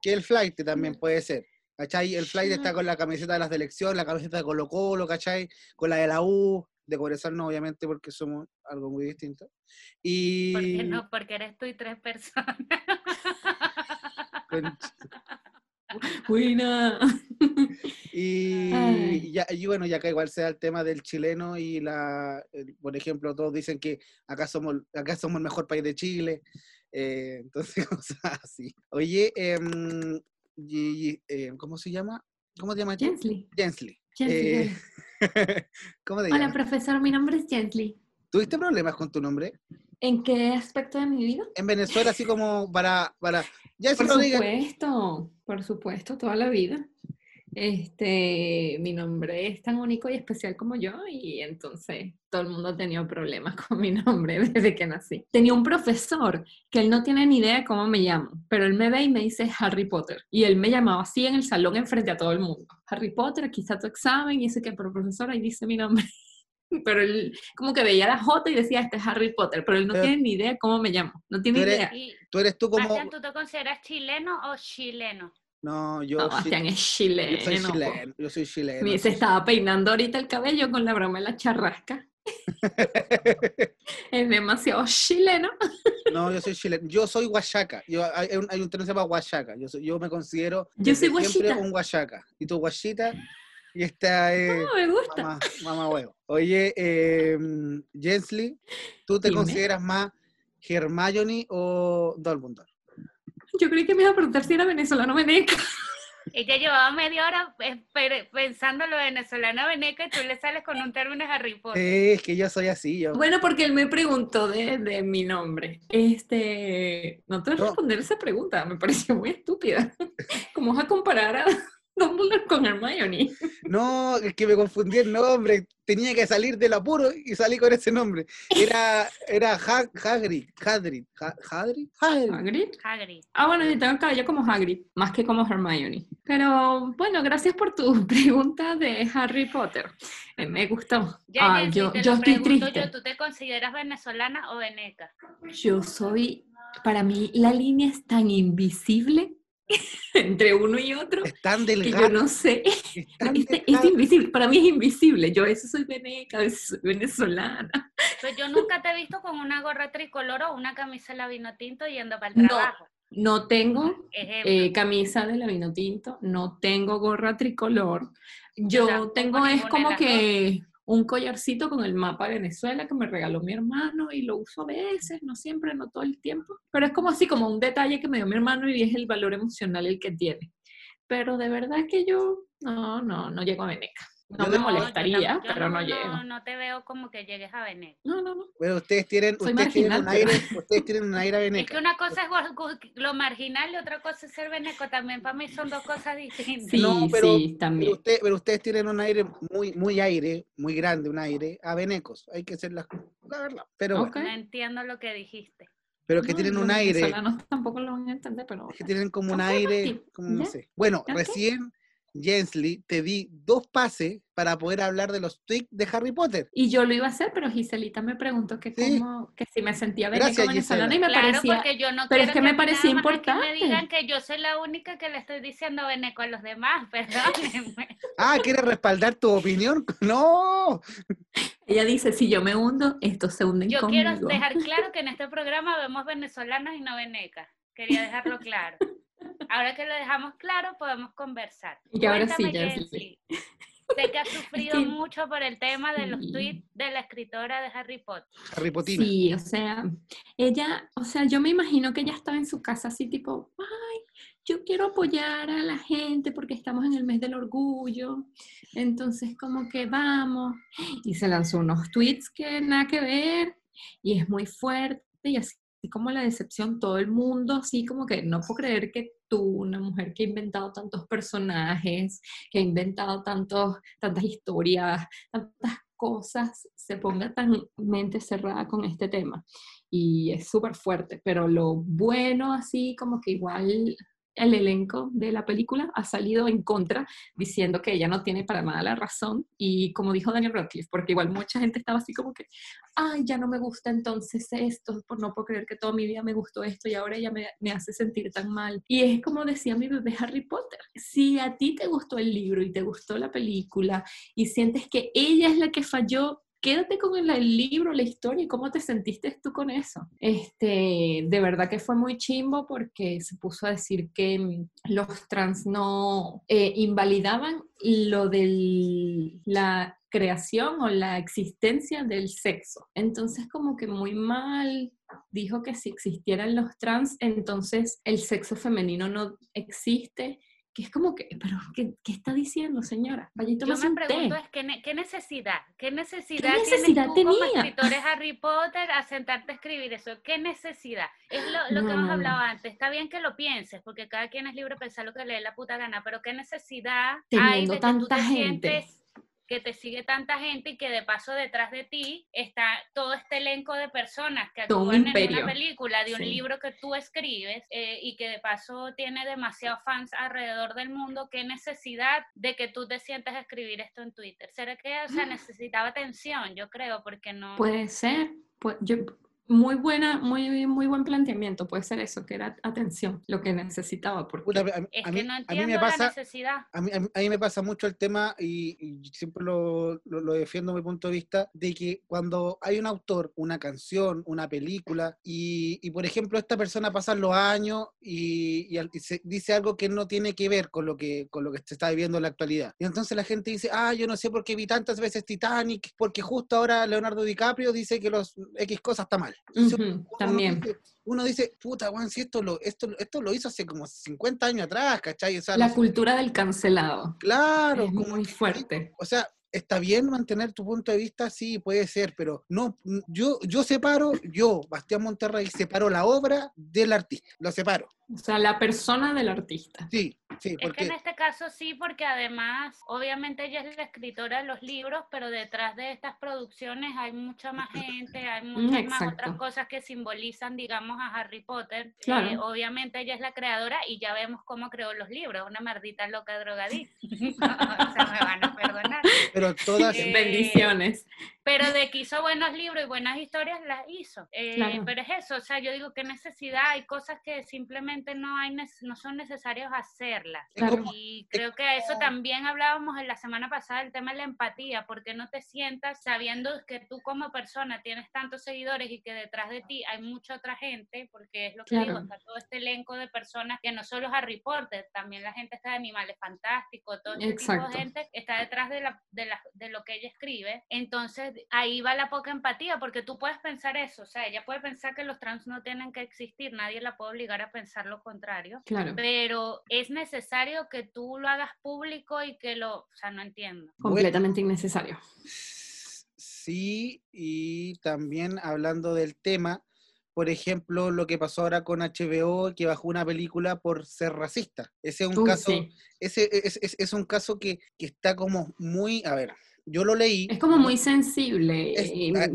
S1: que el flight también puede ser. ¿Cachai? El flight está con la camiseta de la selección, la camiseta de Colo Colo, ¿cachai? Con la de la U, de Corazón no, obviamente, porque somos algo muy distinto. Y...
S3: Porque no, porque eres tú y tres
S2: [laughs]
S3: personas.
S1: con-
S2: Buena.
S1: Y,
S2: Ay.
S1: ya, y bueno, ya acá igual sea el tema del chileno y la, el- por ejemplo, todos dicen que acá somos, acá somos el mejor país de Chile, eh, entonces [laughs] cosas así. Oye, em, y- y, em, ¿cómo se llama? ¿Cómo te llamas tú?
S2: Jensly.
S1: Jensly. [laughs]
S2: Jensly,
S1: Eh,
S2: dale.
S1: ¿Cómo te
S2: Hola,
S1: llamas?
S2: profesor, mi nombre es Jensly.
S1: ¿Tuviste problemas con tu nombre?
S2: ¿En qué aspecto de mi vida?
S1: En Venezuela, así como para, para,
S2: Por
S1: Jensly Rodríguez,
S2: supuesto, por supuesto, toda la vida. Este, mi nombre es tan único y especial como yo y entonces todo el mundo ha tenido problemas [laughs] con mi nombre desde que nací. Tenía un profesor que él no tiene ni idea de cómo me llamo, pero él me ve y me dice Harry Potter y él me llamaba así en el salón enfrente a todo el mundo. Harry Potter, aquí está tu examen y dice que por profesor ahí dice mi nombre. [laughs] Pero él como que veía la J y decía, este es Harry Potter, pero él no
S1: Pero-
S2: tiene ni idea de cómo me llamo, no tiene
S1: Tú eres-
S2: idea.
S3: Y,
S1: Tú eres
S2: Ah,
S1: tú como...
S3: Bastián, ¿tú te consideras chileno o chileno?
S1: No, yo,
S2: No,
S1: sí-
S2: Bastián es
S1: yo
S2: chileno.
S1: soy
S2: po.
S1: chileno. Yo soy chileno.
S2: Mi- se estaba peinando ahorita el cabello con la broma de
S1: [laughs]
S2: la charrasca. es demasiado chileno.
S1: No, yo soy chileno. Yo soy huachaca. Yo, hay, hay un, hay un tren que se llama huachaca. Yo, soy- yo me considero
S2: Yo
S1: desde
S2: soy
S1: siempre
S2: huachita.
S1: un huachaca. Y tú huachita y esta es
S2: No, me gusta.
S1: mamá, mamá huevo. Oye, eh, Jensly, ¿tú te
S2: Dime.
S1: consideras más Hermione o Dumbledore?
S2: Yo creí que me iba a preguntar si era venezolano o veneca.
S3: Ella llevaba media hora esper- pensando lo venezolano veneca y tú le sales con un término de Harry Potter.
S1: Sí, es que yo soy así. Yo.
S2: Bueno, porque él me preguntó de, de mi nombre. Este, no te voy a
S1: No.
S2: responder esa pregunta, me pareció muy estúpida. [laughs] ¿Cómo vas a comparar a Dumbledore con Hermione?
S1: No, es que me confundí el nombre. Tenía que salir del apuro y salí con ese nombre. Era, era Ha- Hagrid. Hagrid. Ha- Hagrid. Hagrid.
S2: ¿Hagrid?
S3: Hagrid.
S2: Ah, bueno, yo tengo el cabello como Hagrid, más que como Hermione. Pero bueno, gracias por tu [laughs] pregunta de Harry Potter. Eh, me gustó.
S3: Ya,
S2: Ah,
S3: Jessy,
S2: yo
S3: te
S2: yo
S3: lo
S2: estoy
S3: pregunto
S2: triste.
S3: yo, ¿tú te consideras venezolana o veneca?
S2: Yo soy, para mí, la línea es tan invisible [laughs] entre uno y otro
S1: Es tan
S2: que yo
S1: delgado.
S2: no sé.
S1: es
S2: [laughs] No,
S1: tan
S2: Es, es
S1: delgado.
S2: invisible, para mí es invisible. Yo a veces soy veneca, a veces soy venezolana.
S3: Pues yo nunca te he visto con una gorra tricolor o una camisa lavino tinto yendo para el
S2: No.
S3: trabajo.
S2: No tengo
S3: Ejemplo.
S2: eh, camisa de labino tinto, no tengo gorra tricolor. Yo
S3: Tampoco
S2: tengo es
S3: ninguna de
S2: como
S3: las dos.
S2: que un collarcito con el mapa de Venezuela que me regaló mi hermano y lo uso a veces, no siempre, no todo el tiempo, pero es como así como un detalle que me dio mi hermano y es el valor emocional el que tiene. Pero de verdad que yo no, no, no llego a Veneca.
S1: Yo
S2: No me
S1: de-
S3: No, yo
S2: molestaría,
S3: tam- yo
S2: pero no llego.
S3: No, no te veo como que llegues a veneca.
S2: No, no, no.
S1: Pero ustedes tienen,
S2: Soy
S1: ustedes tienen un
S2: marginal,
S1: aire, ustedes tienen un
S2: [laughs]
S1: aire a
S3: Es que
S1: veneca.
S3: una cosa es gor- gu- lo marginal y otra cosa es ser veneco. También para mí son dos cosas distintas.
S2: Sí,
S1: No, pero-
S2: sí,
S1: Pero,
S2: también.
S1: usted- pero ustedes tienen un aire muy, muy aire, muy grande, un aire a venecos. Hay que ser las la verdad. Pero, bueno,
S2: Ok.
S3: No entiendo lo que dijiste.
S1: pero que
S2: No,
S1: tienen un
S2: los
S1: aire,
S2: venezolanos tampoco lo van a entender, pero
S1: es que
S2: bueno.
S1: tienen como un
S2: Ok,
S1: aire,
S2: Martín,
S1: como no
S2: ya.
S1: sé. Bueno,
S2: Ok.
S1: recién, Jensly, te di dos pases para poder hablar de los tweets de Harry Potter.
S2: Y yo lo iba a hacer, pero Giselita me preguntó que,
S1: Sí.
S2: cómo- que si me sentía veneca
S1: Gracias,
S2: o venezolana
S1: Gisela.
S2: y me
S3: claro,
S2: parecía...
S3: porque yo no
S2: pero es
S3: quiero
S2: que me
S3: a mí nada
S2: parecía
S3: más
S2: importante.
S3: que me digan que yo soy la única que le estoy diciendo veneco a los demás, [laughs] perdónenme.
S1: Ah, ¿quieres respaldar tu opinión? [laughs] No.
S2: Ella dice, si yo me hundo, estos se hunden
S3: Yo
S2: conmigo.
S3: quiero dejar claro que en este programa vemos venezolanos y no venecas. Quería dejarlo
S2: [laughs]
S3: claro. Ahora que lo dejamos claro, podemos conversar.
S2: Y ahora sí,
S3: Cuéntame,
S2: ya sí.
S3: Jensi, Sé
S2: [laughs]
S3: que has sufrido
S2: que-
S3: mucho por el tema de los
S2: Sí.
S3: tweets de la escritora de Harry Potter.
S1: Harry Potter.
S2: Sí, o sea, ella, o sea, yo me imagino que ella estaba en su casa así tipo, ay, yo quiero apoyar a la gente porque estamos en el mes del orgullo, entonces como que vamos, y se lanzó unos tweets que nada que ver, y es muy fuerte, y así como la decepción, todo el mundo así como que no puedo creer que tú, una mujer que ha inventado tantos personajes, que ha inventado tantos, tantas historias, tantas cosas se ponga tan mente cerrada con este tema. Y es súper fuerte, pero lo bueno así como que igual el elenco de la película ha salido en contra diciendo que ella no tiene para nada la razón y como dijo Daniel Radcliffe, porque igual mucha gente estaba así como que, ay, ya no me gusta entonces esto, por no puedo creer que toda mi vida me gustó esto y ahora ella me, me hace sentir tan mal. Y es como decía mi bebé Harry Potter, si a ti te gustó el libro y te gustó la película y sientes que ella es la que falló, quédate con el, el libro, la historia y cómo te sentiste tú con eso. Este, de verdad que fue muy chimbo porque se puso a decir que mm, los trans no eh, invalidaban lo de la creación o la existencia del sexo. Entonces como que muy mal dijo que si existieran los trans, entonces el sexo femenino no existe que es como que, pero ¿qué, qué está diciendo, señora? Vaya y
S3: Yo
S2: tómese
S3: me
S2: un té.
S3: pregunto es ¿qué, ne- qué necesidad, qué
S2: ¿Qué
S3: necesidad, tienes
S2: necesidad
S3: tú como
S2: tenía?
S3: escritor de Harry Potter a sentarte a escribir eso? ¿Qué necesidad? Es lo, lo
S2: No,
S3: que hemos
S2: no,
S3: hablado antes. Está bien que lo pienses, porque cada quien es libre de pensar lo que le dé la puta gana, pero ¿qué necesidad hay
S2: Teniendo
S3: de que tú
S2: tanta
S3: te
S2: gente.
S3: sientes que te sigue tanta gente y que de paso detrás de ti está todo este elenco de personas que
S2: Todo un
S3: actúan en
S2: imperio.
S3: una película, de un
S2: Sí.
S3: libro que tú escribes eh, y que de paso tiene demasiados fans alrededor del mundo, qué necesidad de que tú te sientas a escribir esto en Twitter. ¿Será que o
S1: [gasps]
S3: sea, necesitaba atención? Yo creo, porque no...
S2: Puede ser, pues, yo, muy buena, muy, muy buen planteamiento, puede ser eso, que era atención, lo que necesitaba, porque
S1: Puta, a,
S3: es
S1: a
S3: que
S1: mí,
S3: no
S1: a mí
S3: entiendo
S1: me
S3: la
S1: pasa,
S3: necesidad.
S1: a mí, a mí- a mí me pasa mucho el tema, y, y siempre lo, lo- lo defiendo desde mi punto de vista, de que cuando hay un autor, una canción, una película, y, y, por ejemplo esta persona pasa los años y, y al- y se- dice algo que no tiene que ver con lo que, con lo que se está viviendo en la actualidad. Y entonces la gente dice, ah, yo no sé por qué vi tantas veces Titanic, porque justo ahora Leonardo DiCaprio dice que los X cosas está mal. Entonces
S2: Ujú,
S1: uno
S2: también.
S1: dice- Uno dice, puta, weón, si esto lo, esto, esto lo hizo hace como 50 años atrás, ¿cachai? O sea,
S2: La
S1: no-
S2: cultura del cancelado
S1: Claro,
S2: es
S1: como-
S2: muy fuerte.
S1: o sea, está bien mantener tu punto de vista, sí, puede ser, pero no, n- yo, yo separo, yo, Bastián Monterrey, separo la obra del artista, lo separo,
S2: O sea, la persona del artista.
S1: sí, sí,
S3: Es que
S1: porque
S3: en este caso sí, porque además, obviamente ella es la escritora de los libros, pero detrás de estas producciones hay mucha más
S2: [clears throat]
S3: gente, hay muchas más
S2: exacto.
S3: otras cosas que simbolizan, digamos, a Harry Potter.
S2: Claro.
S3: Eh, obviamente ella es la creadora y ya vemos cómo creó los libros, una mardita loca
S2: [laughs]
S3: drogadicta. [laughs] o sea, me van a perdonar.
S1: pero todas,
S3: Eh,
S2: Bendiciones.
S3: Pero de que hizo buenos libros y buenas historias, las hizo. Eh,
S2: Claro.
S3: Pero es eso, o sea, yo digo, ¿qué necesidad? Hay cosas que simplemente no, hay, nece- no son necesarias hacerlas.
S2: Claro.
S1: como-
S3: Y creo que eso también hablábamos en la semana pasada, el tema de la empatía, porque no te sientas sabiendo que tú como persona tienes tantos seguidores y que detrás de ti hay mucha otra gente, porque es lo que
S2: Claro.
S3: digo, está todo este elenco de personas que no solo es Harry Potter, también la gente está de Animales Fantásticos, todo este tipo
S2: Exacto.
S3: de gente está detrás de, la- de, la- de lo que ella escribe. Entonces ahí va la poca empatía, porque tú puedes pensar eso, o sea, ella puede pensar que los trans no tienen que existir, nadie la puede obligar a pensar lo contrario
S2: Claro.
S3: pero es necesario que tú lo hagas público y que lo, o sea, no entiendo.
S2: Completamente innecesario.
S1: sí, y también hablando del tema, por ejemplo, lo que pasó ahora con HBO, que bajó una película por ser racista. Ese es un
S2: Uy,
S1: caso,
S2: sí.
S1: ese es, es- es un caso que, que está como muy, a ver, yo lo leí.
S2: Es como muy sensible.
S1: Es-
S2: eh,
S1: ah,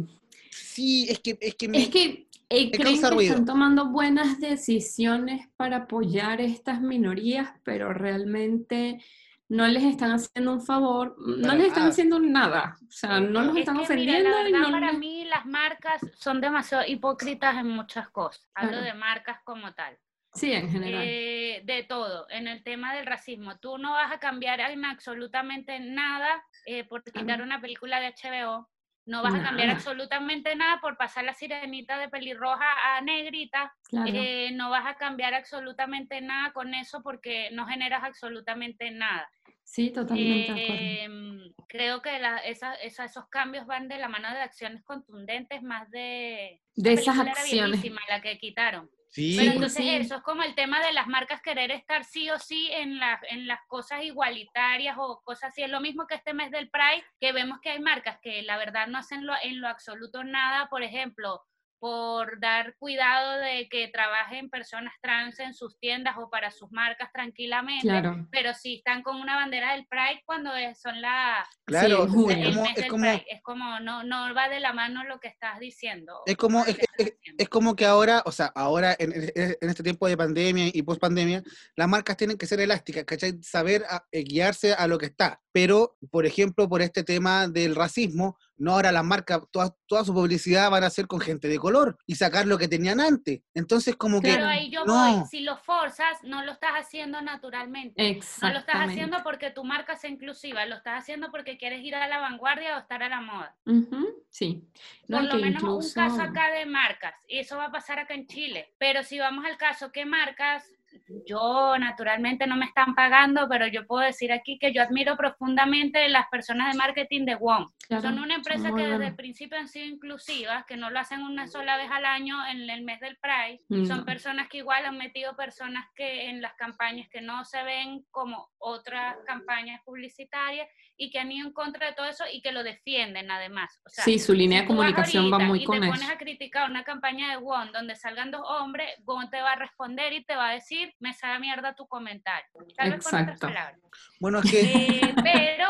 S1: Sí, es que, es que me-
S2: Es que eh,
S1: Me
S2: creen
S1: causa
S2: que
S1: ruido.
S2: están tomando buenas decisiones para apoyar estas minorías, pero realmente no les están haciendo un favor, no
S1: Para
S2: les están
S1: nada.
S2: haciendo nada. O sea, no los
S3: Es
S2: están
S3: que, mira,
S2: ofendiendo
S3: la
S2: y
S3: verdad,
S2: no
S3: para
S2: les-
S3: mí las marcas son demasiado hipócritas en muchas cosas. Hablo
S2: Claro.
S3: de marcas como tal.
S2: Sí, en general.
S3: Eh, de todo, en el tema del racismo. Tú no vas a cambiar en absolutamente nada eh, por quitar
S2: Claro.
S3: una película de HBO. No vas a cambiar
S2: Nada.
S3: absolutamente nada por pasar la sirenita de pelirroja a negrita.
S2: claro.
S3: Eh, no vas a cambiar absolutamente nada con eso porque no generas absolutamente nada.
S2: sí, totalmente de acuerdo.
S3: Em, creo que la- esa- esa- esos cambios van de la mano de acciones contundentes más de...
S2: De
S3: esa
S2: esas
S3: película era
S2: acciones.
S3: viejísima la que quitaron.
S1: Sí,
S3: Pero entonces
S2: sí.
S3: eso es como el tema de las marcas querer estar sí o sí en, las en las cosas igualitarias o cosas así. Es lo mismo que este mes del Pride, que vemos que hay marcas que la verdad no hacen lo, en lo absoluto nada, por ejemplo, por dar cuidado de que trabajen personas trans en sus tiendas o para sus marcas tranquilamente.
S2: Claro.
S3: Pero sí están con una bandera del Pride cuando es- son la,
S1: claro,
S2: en junio.
S1: es
S3: el
S1: como,
S3: mes
S1: es
S3: del
S1: como,
S3: Pride. Es como no, no va de la mano lo que estás diciendo.
S1: es como, es,
S3: lo que estás
S1: es-
S3: haciendo.
S1: es como que ahora, o sea, ahora en, en- en este tiempo de pandemia y post pandemia, las marcas tienen que ser elásticas, ¿cachai? Saber a- eh, guiarse a lo que está. Pero, por ejemplo, por este tema del racismo, no ahora las marcas, toda, toda su publicidad van a ser con gente de color y sacar lo que tenían antes. Entonces, como que,
S3: Pero ahí yo
S1: No.
S3: voy, si lo forzas, no lo estás haciendo naturalmente. No lo
S2: Exactamente.
S3: estás haciendo porque tu marca sea inclusiva, lo estás haciendo porque quieres ir a la vanguardia o estar a la moda.
S2: Ujú, Sí. No,
S3: Por
S2: y
S3: lo
S2: que
S3: menos un
S2: incluso-
S3: caso acá de marcas, y eso va a pasar acá en Chile. Pero si vamos al caso, ¿qué marcas yo naturalmente no me están pagando, pero yo puedo decir aquí que yo admiro profundamente las personas de marketing de WOM.
S2: Claro,
S3: Son una empresa
S2: muy
S3: que desde
S2: bueno.
S3: el principio han sido inclusivas, que no lo hacen una sola vez al año en el mes del Pride.
S2: No.
S3: Son personas que igual han metido personas que en las campañas que no se ven como otras campañas publicitarias y que han ido en contra de todo eso y que lo defienden además. O sea,
S2: sí, su línea
S3: si
S2: de
S3: tú vas
S2: comunicación va
S3: ahorita
S2: muy
S3: y
S2: con
S3: te
S2: eso.
S3: pones a criticar una campaña de WON donde salgan dos hombres, WON te va a responder y te va a decir, me sabe a mierda tu comentario. Tal vez con otras
S2: Exacto.
S3: palabras.
S1: Bueno,
S3: [laughs]
S1: es que [laughs]
S3: Eh, pero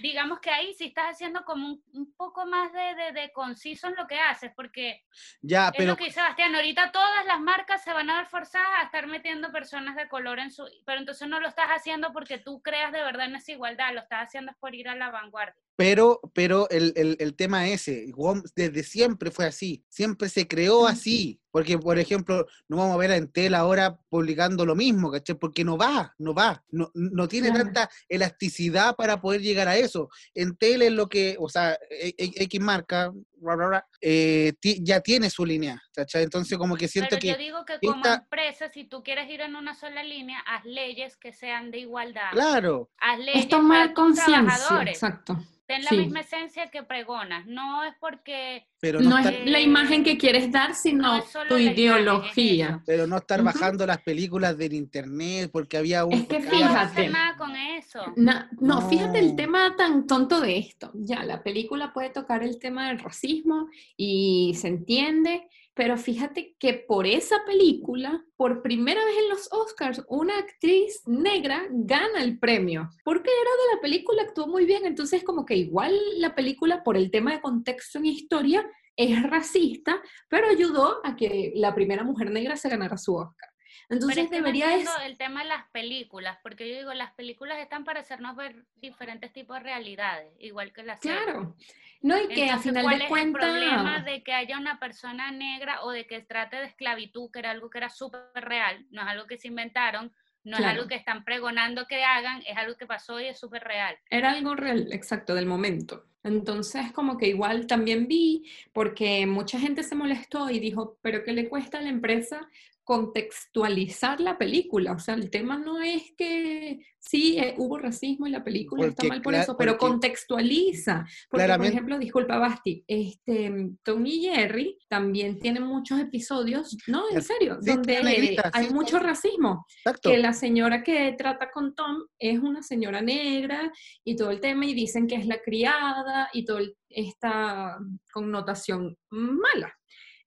S3: digamos que ahí sí estás haciendo como un, un poco más de, de- de conciso en lo que haces, porque
S1: ya,
S3: es
S1: Ah, pero
S3: lo que dice Sebastián, ahorita todas las marcas se van a ver forzadas a estar metiendo personas de color en su... Pero entonces no lo estás haciendo porque tú creas de verdad en esa igualdad, lo estás haciendo es por ir a la vanguardia.
S1: Pero, pero el, el- el tema ese, Guam desde siempre fue así, siempre se creó así, porque por ejemplo, no vamos a ver a Entel ahora publicando lo mismo, ¿cachai? Porque no va, no va, no, no tiene
S2: Claro.
S1: tanta elasticidad para poder llegar a eso. Entel es lo que, o sea, e- e- X marca, ra, ra, ra, eh, ti- ya tiene su línea, ¿cachai? Entonces como que siento
S3: Pero yo
S1: que,
S3: digo que
S1: esta-
S3: como empresa, si tú quieres ir en una sola línea, haz leyes que sean de igualdad.
S1: claro,
S3: Haz leyes
S2: Es tomar
S3: para tus
S2: conciencia,
S3: trabajadores.
S2: exacto.
S3: Ten la
S2: sí.
S3: misma esencia que pregonas. No es porque
S1: pero no,
S2: No
S1: estar,
S2: es la imagen que quieres dar,
S3: no
S2: sino
S3: es solo
S2: tu
S3: la imagen, es
S2: ideología.
S1: pero no estar
S2: Ujú.
S1: bajando las películas del internet porque había un...
S2: Es que
S1: porque
S3: no vas a
S1: había-
S2: Fíjate.
S3: hacer nada con eso.
S2: Na- no, fíjate
S1: No.
S2: el tema tan tonto de esto. Ya, la película puede tocar el tema del racismo y se entiende, pero fíjate que por esa película, por primera vez en los Oscars, una actriz negra gana el premio. Porque era de la película, actuó muy bien, entonces como que igual la película, por el tema de contexto en historia, es racista, pero ayudó a que la primera mujer negra se ganara su Oscar.
S3: Pero
S2: Entonces
S3: es que no
S2: debería es...
S3: entiendo el tema de las películas, porque yo digo, las películas están para hacernos ver diferentes tipos de realidades, igual que las series.
S2: Claro. No, y que a
S3: Entonces,
S2: final
S3: ¿cuál
S2: de
S3: es el problema
S2: cuentas.
S3: de que haya una persona negra o de que trate de esclavitud, que era algo que era súper real, no es algo que se inventaron, no es
S2: Claro.
S3: algo que están pregonando que hagan, es algo que pasó y es súper real.
S2: Era algo real, exacto, del momento. Entonces, como que igual también vi, porque mucha gente se molestó y dijo, pero ¿qué le cuesta a la empresa contextualizar la película? O sea, el tema no es que sí, eh, hubo racismo y la película está
S1: Porque
S2: mal por
S1: cla-
S2: eso, pero
S1: porque-
S2: contextualiza. Porque, por
S1: Claramente.
S2: ejemplo, disculpa, Basti, este, Tom y Jerry también tienen muchos episodios, no, en
S1: Sí,
S2: serio,
S1: sí,
S2: donde
S1: está negrita,
S2: hay
S1: sí,
S2: mucho
S1: está-
S2: racismo
S1: Exacto.
S2: que la señora que trata con Tom es una señora negra y todo el tema y dicen que es la criada y toda esta connotación mala.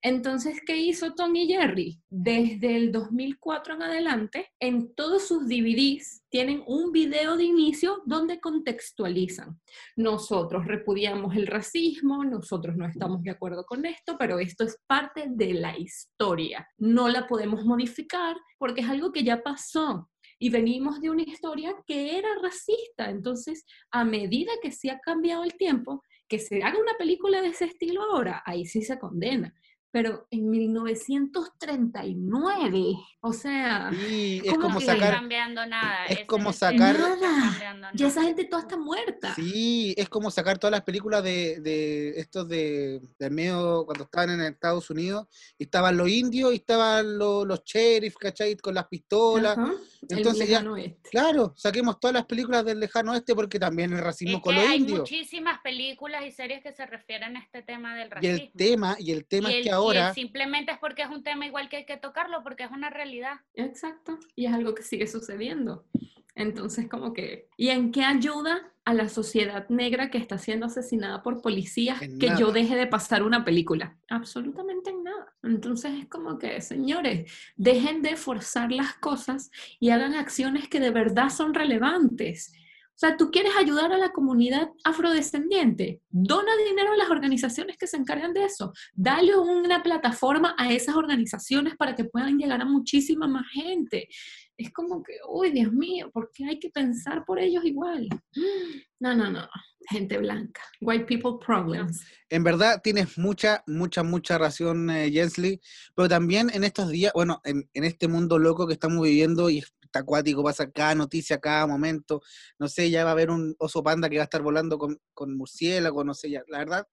S2: Entonces, ¿qué hizo Tom y Jerry? Desde el 2004 en adelante, en todos sus DVDs tienen un video de inicio donde contextualizan. Nosotros repudiamos el racismo, nosotros no estamos de acuerdo con esto, pero esto es parte de la historia. No la podemos modificar porque es algo que ya pasó. Y venimos de una historia que era racista. Entonces, a medida que se ha cambiado el tiempo, que se haga una película de ese estilo ahora, ahí sí se condena. Pero en 1939, o sea,
S1: Sí, es
S2: ¿Cómo
S1: como
S2: que?
S3: está
S1: sacar,
S3: cambiando nada.
S1: es
S3: ese
S1: como
S3: el tema,
S1: sacar-
S3: no está
S2: Nada.
S3: cambiando
S2: ya
S3: nada.
S2: esa gente toda está muerta.
S1: sí, es como sacar todas las películas de, de estos de, del medio cuando estaban en Estados Unidos, y estaban los indios y estaban los, los sheriffs, ¿cachai? Con las pistolas.
S2: Ajá, el
S1: Entonces ya,
S2: lejano oeste.
S1: claro, saquemos todas las películas del lejano oeste porque también el racismo
S3: Es que
S1: con los
S3: hay
S1: indios.
S3: muchísimas películas y series que se refieren a este tema del
S1: Y
S3: racismo.
S1: el tema, y el tema
S3: Y
S1: es
S3: el-
S1: que
S3: y el
S1: ahora,
S3: simplemente es porque es un tema igual que hay que tocarlo, porque es una realidad.
S2: Exacto, y es algo que sigue sucediendo. Entonces, como que, ¿y en qué ayuda a la sociedad negra que está siendo asesinada por policías
S1: En
S2: que yo
S1: nada.
S2: deje de pasar una película? Absolutamente en nada. Entonces es como que, señores, dejen de forzar las cosas y hagan acciones que de verdad son relevantes. O sea, tú quieres ayudar a la comunidad afrodescendiente, dona dinero a las organizaciones que se encargan de eso, dale una plataforma a esas organizaciones para que puedan llegar a muchísima más gente. Es como que, uy, Dios mío, ¿por qué hay que pensar por ellos igual? No, no, no, gente blanca, white people problems.
S1: En verdad tienes mucha, mucha, mucha razón, eh, Jensly, pero también en estos días, bueno, en, en este mundo loco que estamos viviendo y está acuático, pasa cada noticia, cada momento, no sé, ya va a haber un oso panda que va a estar volando con, con murciélago, no sé, ya, la verdad.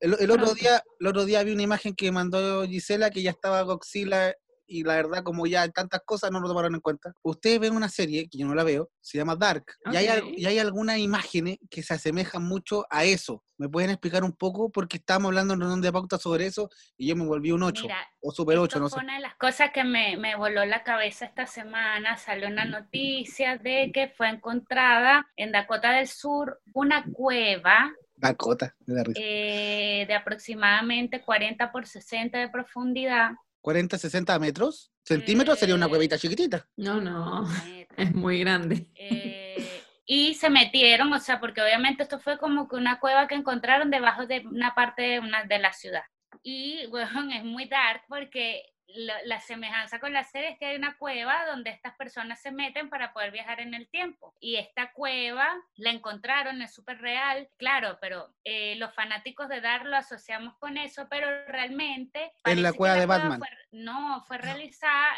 S1: El, el otro
S2: Pronto.
S1: día, el otro día vi una imagen que mandó Gisela que ya estaba Godzilla y la verdad, como ya hay tantas cosas, no lo tomaron en cuenta. Ustedes ven una serie, que yo no la veo, se llama Dark, y, hay, al-
S2: Ok.
S1: y hay algunas imágenes que se asemejan mucho a eso. ¿Me pueden explicar un poco? Porque estábamos hablando en reunión de pauta sobre eso y yo me volví un 8
S3: Mira,
S1: o super 8,
S3: esto
S1: no sé.
S3: fue una de las cosas que me, me voló la cabeza esta semana. Salió una noticia de que fue encontrada en Dakota del Sur una cueva
S1: Dakota, me da risa.
S3: eh, de aproximadamente 40 por 60
S1: [laughs]
S3: de profundidad.
S1: 40, 60 metros. Centímetros sería una
S3: eh,
S1: cuevita chiquitita.
S2: No, no,
S3: Neta.
S2: es muy grande.
S3: Eh, y se metieron, o sea, porque obviamente esto fue como que una cueva que encontraron debajo de una parte de, una, de la ciudad. Y, weón, es muy dark porque la, la semejanza con la serie es que hay una cueva donde estas personas se meten para poder viajar en el tiempo. Y esta cueva la encontraron, es súper real, claro, pero eh, los fanáticos de Dark lo asociamos con eso, pero realmente...
S1: Es la
S3: parece que
S1: cueva de Batman.
S3: fue- no, fue realizada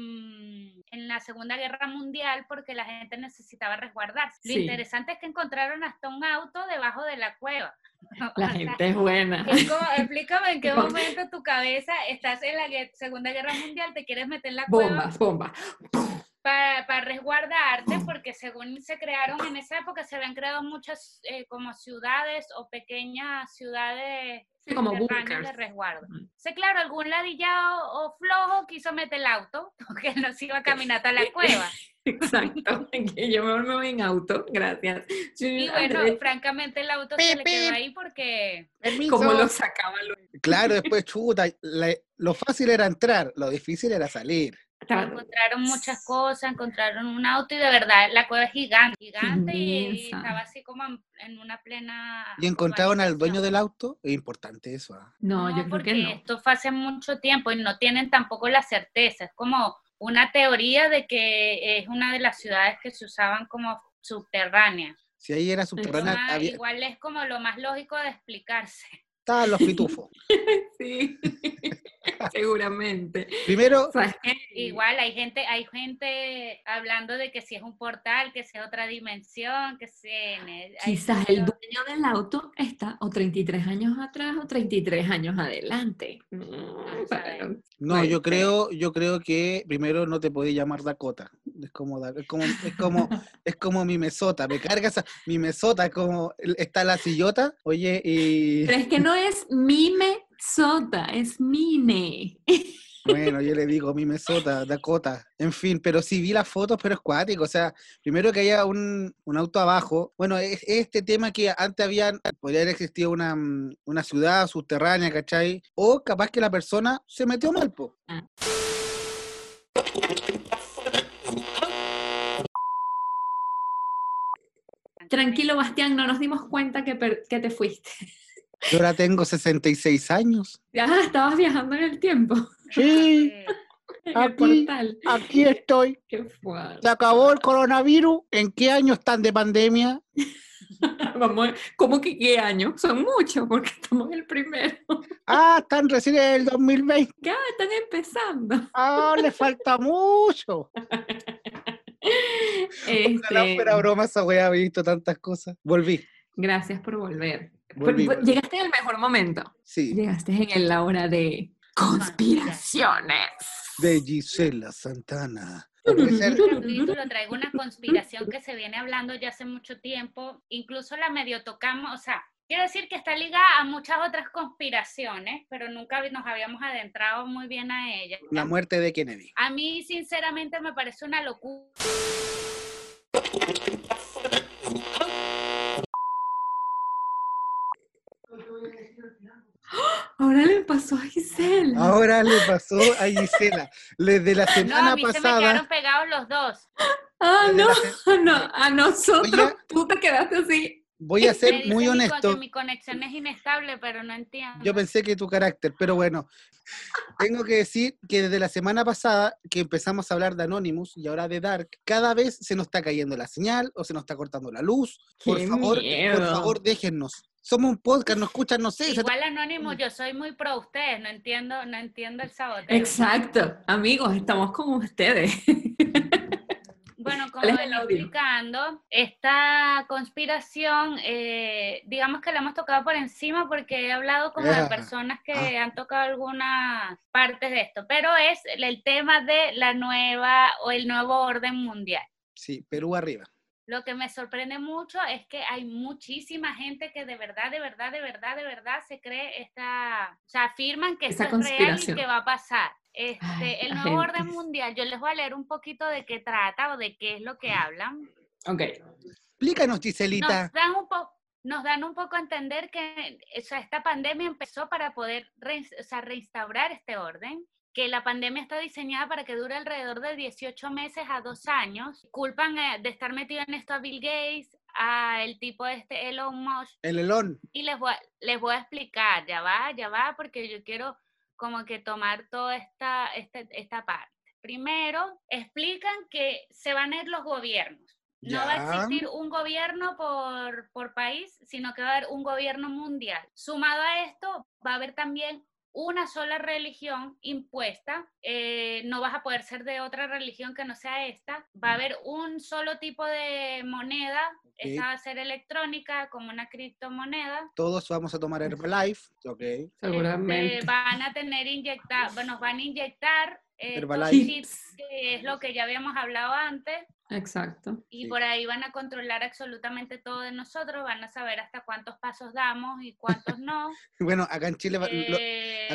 S3: en, en la Segunda Guerra Mundial porque la gente necesitaba resguardarse. Lo
S2: Sí.
S3: interesante es que encontraron hasta un auto debajo de la cueva. [laughs] O
S2: La
S3: sea,
S2: gente es buena.
S3: es
S2: [laughs]
S3: como- explícame en qué
S2: Con-
S3: momento tu cabeza estás en la gue- Segunda Guerra Mundial, te quieres meter en la cueva
S2: Bombas, bombas.
S3: para, para resguardarte, porque según se crearon en esa época, se habían creado muchas eh, como ciudades o pequeñas ciudades
S2: Sí, como
S3: subterráneas de
S2: bunkers. Mm.
S3: resguardo.
S2: Ujú.
S3: Sí, claro, algún ladillado o flojo quiso meter el auto, [laughs] porque no se iba a caminar a la cueva. [laughs]
S2: Exacto, que yo mejor me voy en auto, gracias. Sí, [laughs]
S3: Y
S2: Andrés,
S3: bueno, francamente el auto se le quedó ahí porque
S1: Permiso.
S2: ¿Cómo lo sacaba? luego?
S1: Claro, después chuta. la- lo fácil era entrar, lo difícil era salir.
S2: Estaba-
S3: encontraron muchas cosas, encontraron un auto y de verdad la cueva es gigante, gigante y,
S2: Inmensa.
S3: estaba así como en, en una plena...
S1: Y encontraron al dueño
S3: urbanización.
S1: del auto, es importante eso. ¿ah?
S2: No, yo creo
S3: porque
S2: que no.
S3: esto fue hace mucho tiempo y no tienen tampoco la certeza. Es como una teoría de que es una de las ciudades que se usaban como subterránea.
S1: Si ahí era subterránea,
S3: Ah,
S1: había-
S3: Igual es como lo más lógico de explicarse.
S1: estaban los pitufos.
S2: Sí, [laughs] seguramente.
S1: Primero,
S2: O sea, es que-
S3: Igual hay gente, hay gente hablando de que si es un portal, que si es otra dimensión, que si en el- hay
S2: Quizás el
S3: mucho-
S2: dueño del auto está o 33 años atrás o 33 años adelante. Mm, para-
S1: no,
S2: Puede
S1: yo
S2: ser.
S1: creo, yo creo que primero no te podés llamar Dakota. Es como, da- es como, es como, es como mi mesota. Me carga esa, mi mesota, es como está la sillota. Oye,
S2: [laughs]
S1: y
S2: Pero es que no es mime sota, es mine.
S1: bueno, yo le digo mi mesota, Dakota. En fin, pero sí vi las fotos, pero es cuático. O sea, primero que haya un, un auto abajo. Bueno, es, es este tema que antes había, podría haber existido una, mm, una ciudad subterránea, ¿cachai? O capaz que la persona se metió mal, po.
S2: Tranquilo, Bastián, no nos dimos cuenta que, per- que te fuiste. [laughs]
S1: Yo ahora tengo 66 años.
S2: Ah, estabas viajando en el tiempo, [laughs]
S1: Sí,
S3: Eh,
S2: en
S1: Aquí.
S2: el portal.
S1: aquí estoy.
S2: Qué fuerte.
S1: Se acabó el coronavirus. ¿En qué año están de pandemia?
S2: Vamos, a- ¿Cómo que qué año? Son muchos, porque estamos en el [laughs] primero.
S1: Ah, están recién en el 2020.
S2: Ya están empezando.
S1: Ah, le falta mucho. Ojalá
S2: Este,
S1: fuera broma esa wea, he visto tantas cosas. Volví,
S2: gracias por volver.
S3: Pues,
S1: volví.
S2: Por- por-
S1: volví.
S2: Llegaste en el mejor momento.
S1: Sí,
S2: Llegaste en el- la hora de conspiraciones.
S1: de Gisela Santana. Puede ser-
S3: [laughs] este capítulo traigo una conspiración que se viene hablando ya hace mucho tiempo, incluso la medio tocamos, o sea, quiero decir que está ligada a muchas otras conspiraciones, pero nunca nos habíamos adentrado muy bien a ella.
S1: La muerte de Kennedy.
S3: A mí, sinceramente, me parece una locura.
S2: Ahora le pasó a Gisela.
S1: Ahora le pasó a Gisela. Desde la
S3: No,
S1: semana
S3: a mí se me
S1: pasada.
S3: quedaron Oh, pegados los dos.
S2: ah,
S1: desde
S2: no,
S1: la se-
S2: [laughs] no, a nosotros
S1: Oye.
S2: tú te quedaste así.
S1: Voy a
S3: [laughs] Me
S1: ser
S3: dice
S1: muy
S3: mi co-
S1: honesto.
S3: que mi conexión es inestable, pero no entiendo.
S1: Yo pensé que tu carácter, pero bueno. Tengo que decir que desde la semana pasada que empezamos a hablar de Anonymous y ahora de Dark, cada vez se nos está cayendo la señal o se nos está cortando la luz. Por
S2: ¡Qué
S1: favor, por
S2: miedo!
S1: favor, déjennos. Somos un podcast, nos escuchan, no sé. se-
S3: Igual
S1: Mm.
S3: anónimo, yo soy muy pro ustedes, no entiendo, no entiendo el saboteo.
S2: Exacto, amigos, estamos con ustedes.
S3: Bueno, como
S2: ¿Cuál es el
S3: venía
S2: audio?
S3: explicando, esta conspiración, eh, digamos que la hemos tocado por encima porque he hablado como de
S1: Ah,
S3: personas que han tocado algunas partes de esto, pero es el tema de la nueva o el nuevo orden mundial.
S1: Sí, Perú arriba.
S3: Lo que me sorprende mucho es que hay muchísima gente que de verdad, de verdad, de verdad, de verdad se cree esta, o sea, afirman que
S2: Esa
S3: esto es real y
S2: conspiración.
S3: que va a pasar. Este,
S2: Ay,
S3: el
S2: la
S3: nuevo
S2: gente
S3: orden
S2: es-
S3: mundial, yo les voy a leer un poquito de qué trata o de qué es lo que hablan.
S2: [laughs] Ok.
S1: Explícanos,
S3: Nos
S1: Giselita.
S3: dan un poco nos dan un poco a entender que o sea, esta pandemia empezó para poder rein- o sea, reinstaurar este orden, que la pandemia está diseñada para que dure alrededor de 18 meses a dos años. Culpan eh, de estar metido en esto a Bill Gates, a el tipo este Elon Musk,
S1: El Elón.
S3: y les voy, a, les voy a explicar, ya va, ya va, porque yo quiero como que tomar toda esta, esta, esta parte. Primero, explican que se van a ir los gobiernos. No va a
S1: Ya.
S3: existir un gobierno por, por país, sino que va a haber un gobierno mundial. Sumado a esto, va a haber también una sola religión impuesta. eh, no vas a poder ser de otra religión que no sea esta. Va a haber un solo tipo de moneda. Esta
S1: Mm. Ok.
S3: va a ser electrónica, como una criptomoneda.
S1: Todos vamos a tomar Herbalife. Ok.
S2: Seguramente.
S3: Este, van a tener inyectar, bueno, nos van a inyectar eh, estos
S1: Herbalife.
S3: chips, que es lo que ya habíamos hablado antes, [laughs]
S2: Exacto.
S3: y
S1: Sí.
S3: por ahí van a controlar absolutamente todo de nosotros, van a saber hasta cuántos pasos damos y cuántos no.
S1: Bueno, acá en Chile, va- [laughs] lo-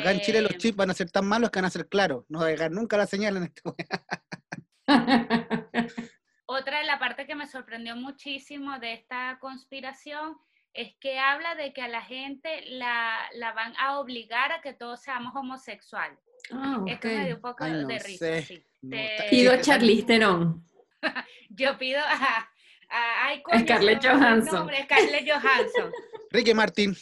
S1: acá en Chile los
S3: Eh,
S1: chips van a ser tan malos que van a ser claros. No va a llegar nunca la señal en este momento.
S2: Ah,
S3: Otra de la parte que me sorprendió muchísimo de esta conspiración es que habla de que a la gente la, la van a obligar a que todos seamos homosexuales.
S2: ah,
S3: Esto me
S2: ok.
S3: dio un poco
S1: Ay, no
S3: de risa.
S1: sé.
S3: sí.
S1: No,
S3: Te-
S1: está-
S2: Pido
S1: sí,
S2: a Charlize Theron.
S3: Yo pido a, a, ay, coño,
S2: Scarlett
S3: se me olvidó el
S2: Johansson.
S3: nombre, Scarlett
S1: [laughs]
S3: Johansson.
S1: Ricky Martin.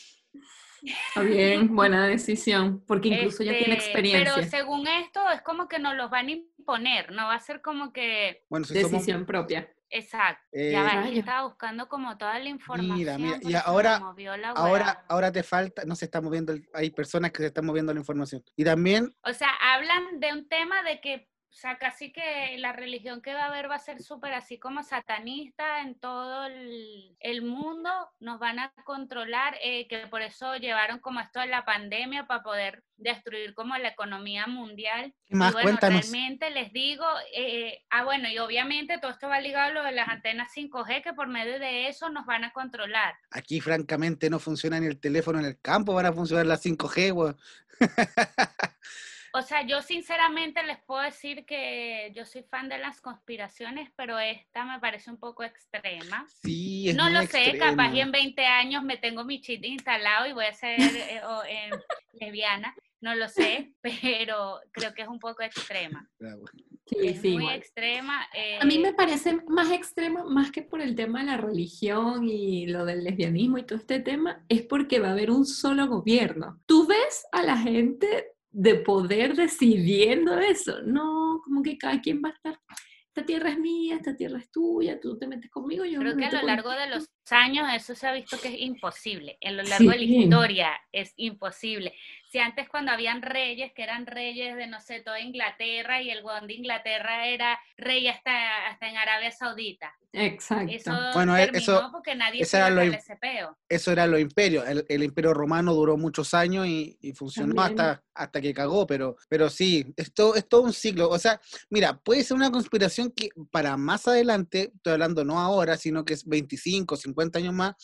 S2: Está bien,
S3: [laughs]
S2: buena decisión, porque incluso ya tiene
S3: Este,
S2: experiencia.
S3: Pero según esto, es como que nos los van a imponer, no va a ser como que.
S1: Bueno, si somos.
S2: Decisión propia.
S3: Exacto.
S1: eh,
S3: ya va, aquí
S2: Rayos.
S3: estaba buscando como toda la información.
S1: mira, y
S3: porque se me
S1: ahora-
S3: movió la
S1: Ahora,
S3: hueá.
S1: ahora te falta, no se está moviendo, el- hay personas que se están moviendo la información. Y también,
S3: O sea, hablan de un tema de que, o sea, casi que la religión que va a haber va a ser súper así como satanista en todo el, el mundo, nos van a controlar, eh, que por eso llevaron como esto de la pandemia para poder destruir como la economía mundial.
S1: ¿qué más?
S3: y bueno,
S1: Cuéntanos.
S3: realmente les digo, eh, ah, bueno, y obviamente todo esto va ligado a lo de las antenas 5G, que por medio de eso nos van a controlar.
S1: Aquí, francamente, no funciona ni el teléfono en el campo, van a funcionar las 5G, weón.
S3: O sea, yo sinceramente les puedo decir que yo soy fan de las conspiraciones, pero esta me parece un poco extrema.
S1: Sí, es
S3: no
S1: muy
S3: lo sé,
S1: extrema.
S3: capaz y en 20 años me tengo mi cheat instalado y voy a ser eh, o, eh, lesbiana, no lo sé, [laughs] pero creo que es un poco extrema.
S1: Ah, bueno.
S2: Sí,
S3: es
S2: sí.
S3: muy extrema.
S2: A mí
S3: eh,
S2: me parece más extremo, más que por el tema de la religión y lo del lesbianismo y todo este tema, es porque va a haber un solo gobierno. Tú ves a la gente de poder decidiendo eso, no, como que cada quien va a estar, esta tierra es mía, esta tierra es tuya, tú te metes conmigo, yo
S3: Creo
S2: me
S3: que a
S2: meto
S3: lo largo de
S2: contigo.
S3: los años eso se ha visto que es imposible. A lo largo de la
S2: Sí.
S3: historia es imposible. Si antes cuando habían reyes, que eran reyes de no sé, toda Inglaterra y el guón de Inglaterra era rey hasta, hasta en Arabia Saudita.
S2: Exacto.
S3: Eso
S1: Bueno, e-
S3: terminó
S1: eso-
S3: porque nadie
S1: eso
S3: se iba
S1: era lo
S3: a
S1: im-
S3: ese peo.
S1: Eso era los imperios. El, el imperio romano duró muchos años y, y funcionó
S2: También.
S1: hasta, hasta que cagó, pero, pero sí, esto es todo un ciclo. O sea, mira, puede ser una conspiración que para más adelante, estoy hablando no ahora, sino que es 25, 50 años más,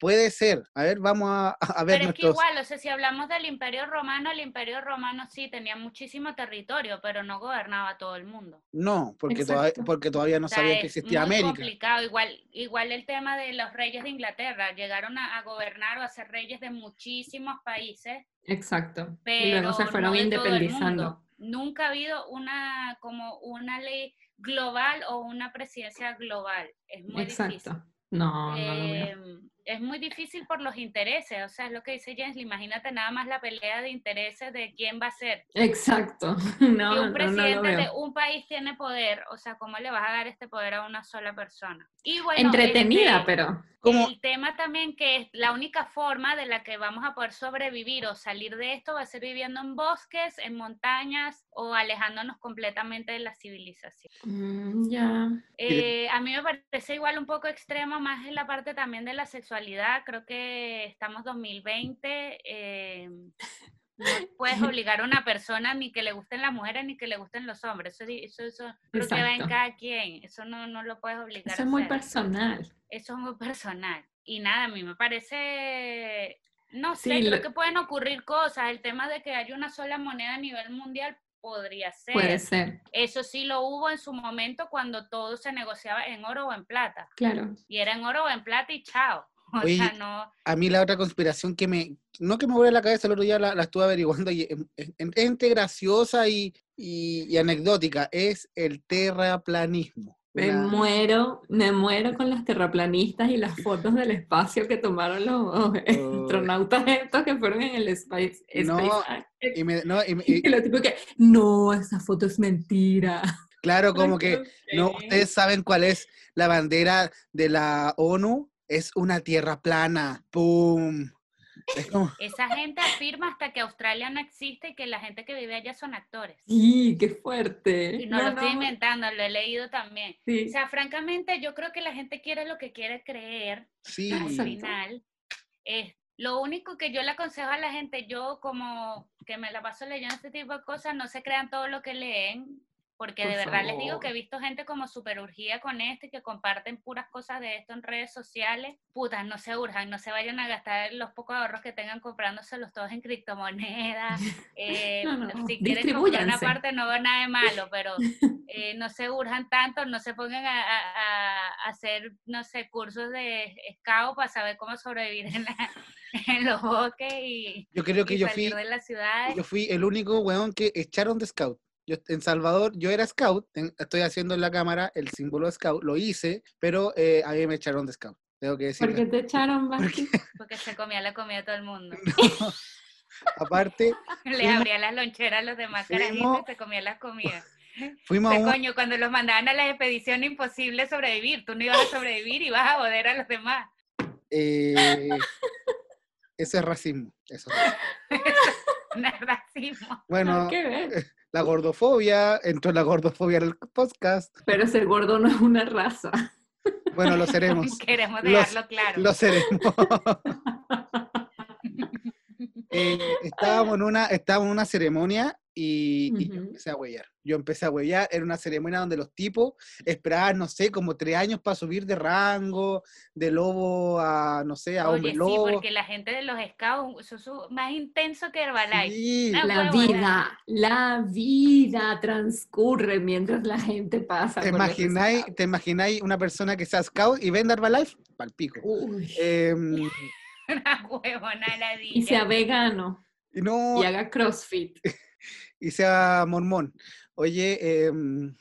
S1: puede ser. A ver, vamos a, a- a ver
S3: Pero es que
S1: nuestros...
S3: igual, o sea, si hablamos del Imperio Romano, el Imperio Romano sí tenía muchísimo territorio, pero no gobernaba todo el mundo.
S1: No, porque todavía,
S2: Exacto.
S1: porque todavía no
S3: sea,
S1: sabía que
S3: es
S1: existía
S3: muy
S1: América.
S3: complicado, igual, igual el tema de los reyes de Inglaterra, llegaron a, a gobernar o a ser reyes de muchísimos países,
S2: Exacto.
S3: pero
S2: y luego se fueron
S3: no de todo el
S2: independizando.
S3: mundo. Nunca ha habido una como una ley global o una presidencia global, es muy
S2: Exacto.
S3: difícil.
S2: No, no lo veo.
S3: Em, es muy difícil por los intereses, o sea, es lo que dice Jens, imagínate nada más la pelea de intereses de quién va a ser.
S2: Exacto. [laughs] No,
S3: y un
S2: no, no lo
S3: presidente
S2: veo.
S3: de un país tiene poder, o sea, ¿cómo le vas a dar este poder a una sola persona? Y bueno,
S2: Entretenida,
S3: este,
S2: pero.
S1: Como,
S3: El tema también que es la única forma de la que vamos a poder sobrevivir o salir de esto va a ser viviendo en bosques, en montañas o alejándonos completamente de la civilización.
S2: Mm, ya.
S1: le-
S3: Eh, a mí me parece igual un poco extremo más en la parte también de la sexualidad. Creo que estamos 2020. eh, no
S2: [laughs]
S3: puedes obligar a una persona ni que le gusten las mujeres ni que le gusten los hombres. Eso, di- eso, eso creo que va en
S2: Exacto.
S3: cada quien. Eso no, no lo puedes obligar.
S2: Eso
S3: a
S2: es muy
S3: hacer.
S2: personal.
S3: Eso es muy personal. Y nada, a mí me parece, no
S2: Sí,
S3: sé, creo
S2: lo-
S3: que pueden ocurrir cosas. El tema de que haya una sola moneda a nivel mundial podría ser.
S2: Puede ser,
S3: Eso sí lo hubo en su momento cuando todo se negociaba en oro o en plata.
S2: claro.
S3: Y era en oro o en plata y chao. [laughs] O
S1: Oye,
S3: sea, no,
S1: a mí la otra conspiración que me, no que me vuelve la cabeza, el otro día la, la estuve averiguando y es, es- es entre graciosa y, y- y anecdótica, es el terraplanismo.
S2: Me
S1: Una-
S2: muero, me muero con las terraplanistas y las fotos del espacio que tomaron los [laughs] astronautas estos que fueron en el Space,
S1: No,
S2: Space Act.
S1: y me- no, y me-
S2: [laughs]
S1: y-
S2: Y lo tipo que, no, esa foto es mentira.
S1: claro, [laughs] como que no, ustedes saben cuál es la bandera de la ONU, es una tierra plana. ¡Pum! Es como,
S3: esa gente afirma hasta que Australia no existe y que la gente que vive allá son actores.
S2: Sí, qué fuerte.
S3: Y no, lo estoy inventando, lo he leído también.
S2: sí.
S3: O sea, francamente, yo creo que la gente quiere lo que quiere creer.
S1: sí,
S3: al
S2: Exacto.
S3: final. Es, lo único que yo le aconsejo a la gente, yo como que me la paso leyendo este tipo de cosas, no se crean todo lo que leen, porque
S2: Por
S3: de verdad les digo
S2: favor.
S3: que he visto gente como super urgida con esto y que comparten puras cosas de esto en redes sociales. Putas, no se urjan, no se vayan a gastar los pocos ahorros que tengan comprándoselos todos en criptomonedas. eh,
S2: No, no,
S3: si quieren comprar una
S2: distribúyanse.
S3: parte no veo nada de malo,
S2: [laughs]
S3: pero eh, no se urjan tanto, no se pongan a, a- a hacer, no sé, cursos de escao para saber cómo sobrevivir en, la- [laughs] en los bosques y,
S1: yo creo que
S3: y
S1: yo fui,
S3: salir de las ciudades.
S1: yo fui el único weón que echaron de scout. Yo, en Salvador, yo era scout, en- estoy haciendo en la cámara el símbolo de scout, lo hice, pero eh, a mí me echaron de scout. Tengo que decir.
S2: ¿Por
S3: [laughs]
S2: qué te echaron, Basti?
S3: Porque se comía la comida de todo el mundo.
S1: Aparte, [laughs]
S3: Les
S1: Fuimos-
S3: abría las loncheras a los demás carajitos
S1: fuimos-
S3: y se comían las comidas.
S1: fuimos [laughs] a
S3: Pero,
S1: un,
S3: coño, cuando los mandaban a las expediciones, imposible sobrevivir. Tú no ibas a sobrevivir y vas a joder a los demás. [laughs]
S1: eh, eso es racismo. Eso. es racismo.
S3: Un racismo.
S1: Bueno,
S2: ¿Qué ver?
S1: la gordofobia, entró la gordofobia en el podcast.
S2: Pero ese gordo no es una raza.
S1: Bueno, lo seremos.
S3: Queremos
S1: Los-
S3: dejarlo [laughs] claro.
S1: Lo
S3: [laughs]
S1: seremos. Eh, estábamos, en una, estábamos en una ceremonia y, y yo
S2: Ujú.
S1: empecé a huellar. Yo empecé a huellar, era una ceremonia donde los tipos esperaban, no sé, como tres años para subir de rango, de lobo a, no sé, a
S3: Oye,
S1: hombre
S3: sí,
S1: lobo.
S3: porque la gente de los scouts, eso es su- más intenso que Herbalife.
S1: Sí.
S3: Ah,
S2: La
S3: huevo,
S2: vida, la vida transcurre mientras la gente pasa.
S1: ¿Te
S2: por los
S1: imagináis,
S2: estados.
S1: ¿Te imagináis una persona que sea scout y venda Herbalife? Palpico.
S2: Uy,
S1: Em,
S3: [laughs] Una huevona la
S2: y
S3: vida.
S2: sea vegano
S1: y no,
S2: y haga crossfit.
S1: y sea mormón. Oye, em,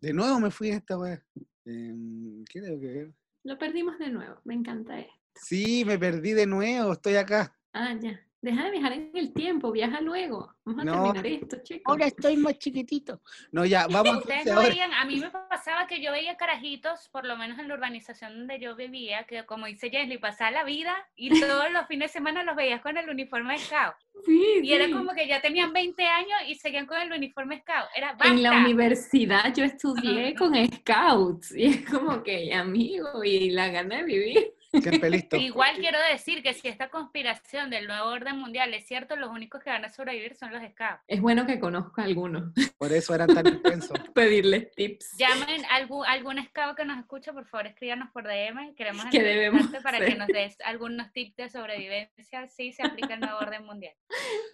S1: de nuevo me fui a esta weá. Em, ¿Qué tengo que ver?
S2: Lo perdimos de nuevo, me encanta esto.
S1: Sí, me perdí de nuevo, estoy acá.
S2: Ah, ya. Deja de viajar en el tiempo, viaja luego. Vamos a
S1: No.
S2: terminar esto, chicos.
S1: Ahora estoy más chiquitito. No, ya, vamos
S3: Ustedes
S1: entonces
S3: no
S1: ahora.
S3: veían, a mí me pasaba que yo veía carajitos, por lo menos en la urbanización donde yo vivía, que como dice Jenny, pasaba la vida
S2: [laughs]
S3: y todos los fines de semana los veías con el uniforme scout.
S2: Sí,
S3: Y era
S2: sí.
S3: como que ya tenían 20 años y seguían con el uniforme scout. Era
S2: En la
S3: basta.
S2: universidad yo estudié con scouts y es como que amigo y la gana de vivir.
S1: Siempre listo.
S3: Igual quiero decir que si esta conspiración del nuevo orden mundial es cierto, los únicos que van a sobrevivir son los scouts.
S2: Es bueno que conozco a algunos,
S1: Por eso eran tan [laughs] intensos.
S2: [laughs] pedirles tips.
S3: Llamen a algún, algún escabo que nos escucha, por favor, escríbanos por DM. Queremos
S2: ¿Qué debemos
S3: entrevistarte para que
S2: hacer?
S3: nos des algunos tips de sobrevivencia si se aplica el nuevo
S2: [laughs]
S3: orden mundial.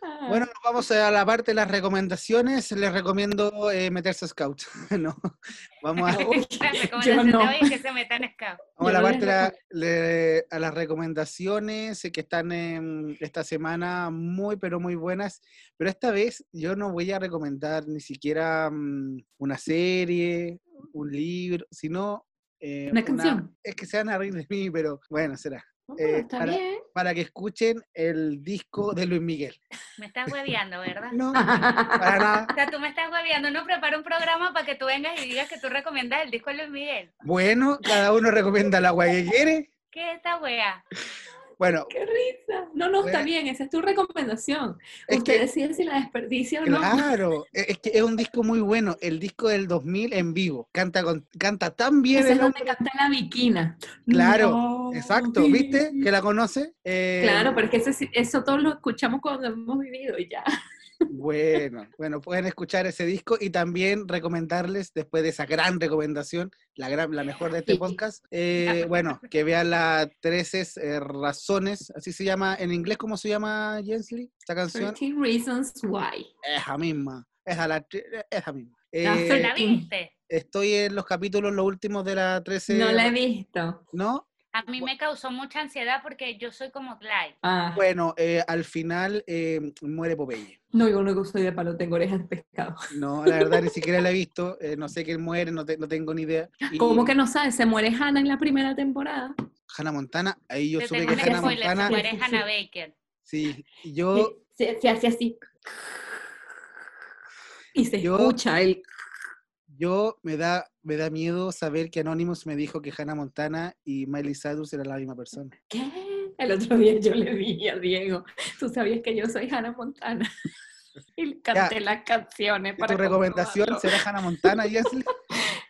S2: Ah.
S1: Bueno, nos vamos a la parte de las recomendaciones. Les recomiendo eh, meterse a Scout. [laughs] no, vamos a,
S2: Uy,
S3: La
S1: [laughs]
S2: yo
S3: [laughs] recomendación de
S2: no.
S3: hoy es que se metan scabos.
S1: vamos a
S2: Yo
S1: la
S2: no
S1: parte de
S2: les
S1: la- le- eh, a las recomendaciones eh, que están en esta semana muy, pero muy buenas. Pero esta vez yo no voy a recomendar ni siquiera mm, una serie, un libro, sino... eh,
S2: Una canción.
S1: Es que se van a reír de mí, pero bueno, será.
S2: No,
S1: Eh,
S2: pero está
S1: para-
S2: bien.
S1: Para que escuchen el disco de Luis Miguel.
S3: Me estás hueveando, ¿verdad?
S1: No, [laughs] para nada.
S3: O sea, tú me estás hueveando, no preparo un programa para que tú vengas y digas que tú recomiendas el disco de Luis Miguel.
S1: Bueno, cada uno recomienda la agua que quiere.
S3: ¿Qué es esta wea?
S1: Bueno,
S2: ¡Qué risa! No, no, está
S1: Bueno.
S2: bien, esa es tu recomendación.
S1: Pues es
S2: Usted
S1: que
S2: decide si la desperdicia o no.
S1: Claro, e- es que es un disco muy bueno, el disco del 2000 en vivo. Canta con, canta tan bien
S2: Esa
S1: el
S2: es donde
S1: hombre.
S2: canta la viquina.
S1: Claro,
S2: No,
S1: Exacto,
S2: vi-
S1: ¿viste? Que la conoce. Eh,
S2: Claro, pero es que ese sí- eso todos lo escuchamos cuando hemos vivido y ya.
S1: Bueno, bueno, pueden escuchar ese disco y también recomendarles, después de esa gran recomendación, la, gran, la mejor de este
S2: Sí. [laughs]
S1: podcast, eh, bueno, que vean la 13 eh, razones, así se llama, en inglés, ¿cómo se llama, Jensly? Esta canción,
S2: 13 Reasons Why.
S1: esa misma, esa, la, tri- esa misma.
S2: La
S1: Eh,
S3: ¿Tú la
S2: Fernández.
S3: viste?
S1: estoy en los capítulos, los últimos de la 13.
S2: No la he visto.
S1: ¿No?
S3: A mí me causó mucha ansiedad porque yo soy como Clyde.
S2: Ah,
S1: Bueno, eh, al final eh, muere Popeye.
S2: no, yo no soy de palo, tengo orejas de pescado.
S1: No, la verdad ni siquiera la he visto. eh, no sé quién muere, no, te- no tengo ni idea. Y
S2: ¿Cómo que no sabes? Se muere Hannah en la primera temporada.
S1: Hannah Montana, ahí yo
S3: Te
S1: supe
S3: tengo
S1: que
S3: un
S1: Hannah
S3: spoiler, se
S1: Montana.
S2: fue.
S3: muere
S2: Sí, sí,
S3: Hannah Baker.
S1: Sí, y yo,
S2: Se, se hace así. Y se
S1: Yo-
S2: escucha el...
S1: yo me da, me da miedo saber que Anonymous me dijo que Hannah Montana y Miley Cyrus eran la misma persona.
S2: ¿Qué? El otro día yo le dije a Diego, tú sabías que yo soy Hannah Montana. [laughs] Y canté las canciones
S1: ¿Y
S2: para
S1: tu recomendación
S2: comprobarlo.
S1: será Hannah Montana, Jessly?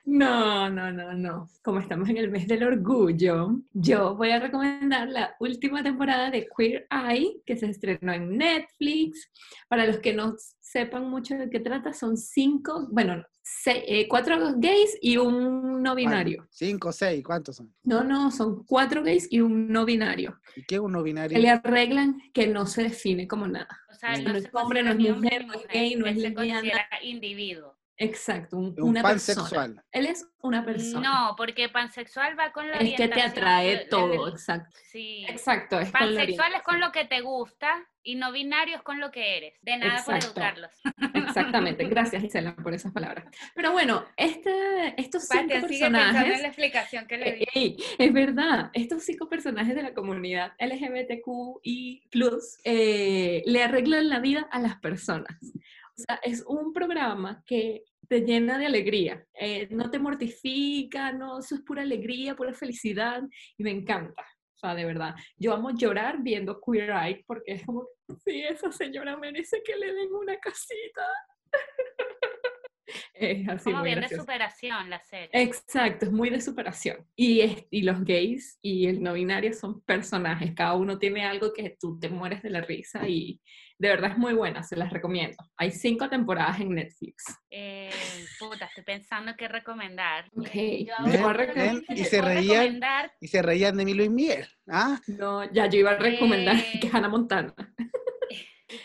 S2: No, no, no, no. Como estamos en el mes del orgullo, yo voy a recomendar la última temporada de Queer Eye, que se estrenó en Netflix. Para los que no sepan mucho de qué trata, son cinco, bueno, se- eh, cuatro gays y un no binario.
S1: Cinco, seis, ¿cuántos son?
S2: No, no, son cuatro gays y un no binario.
S1: ¿Y qué es un no binario?
S2: que le arreglan que no se define como nada.
S3: O sea,
S1: No
S3: no
S2: es
S3: se
S2: hombre, no
S3: considera
S2: es
S3: ni hombre
S2: mujer,
S3: ni
S2: no es
S3: mujer,
S2: gay, no
S3: él
S2: es
S3: se
S2: lesbiana.
S3: considera individuo.
S2: Exacto, un-
S1: un
S2: una persona.
S1: pansexual.
S2: Él es una persona.
S3: No, porque pansexual va con la
S2: es que te
S3: orientación de-
S2: atrae
S3: de-
S2: todo, exacto.
S3: Sí.
S2: Exacto, es con la
S3: Pansexual es
S2: orientación.
S3: con lo que te gusta y no binario es con lo que eres. De nada por
S2: Exacto. [laughs]
S3: educarlos.
S2: Exactamente, gracias Gisela por esas palabras. Pero bueno, este, estos cinco
S3: Patia, sigue pensando en la
S2: personajes,
S3: explicación que le di.
S2: Ey, es verdad, estos cinco personajes de la comunidad LGBTQI+, eh, le arreglan la vida a las personas. O sea, es un programa que te llena de alegría, eh, no te mortifica, no, eso es pura alegría, pura felicidad, y me encanta. O sea, de verdad, yo amo llorar viendo Queer Eye porque es como, sí, esa señora merece que le den una casita. [laughs] es así,
S3: Como
S2: muy
S3: bien de
S2: gracioso.
S3: superación la
S2: Eh,
S3: serie.
S2: Exacto, es muy de superación. Y, es- y los gays y el no binario son personajes, cada uno tiene algo que tú te mueres de la risa y de verdad es muy buena, se las recomiendo. Hay cinco temporadas en Netflix.
S3: Eh, puta, estoy pensando qué recomendar.
S2: Ok,
S3: Yo
S1: Ven,
S2: yo voy a
S3: ahora
S1: ven,
S2: recomendar-
S3: mismo
S1: y
S3: te
S1: se
S3: puedo
S1: reían.
S3: recomendar
S1: Y se reían de mí Luis Miguel. ¿Ah?
S2: no, ya yo iba a recomendar que
S3: Eh,
S2: Hannah
S3: [laughs]
S2: Montana.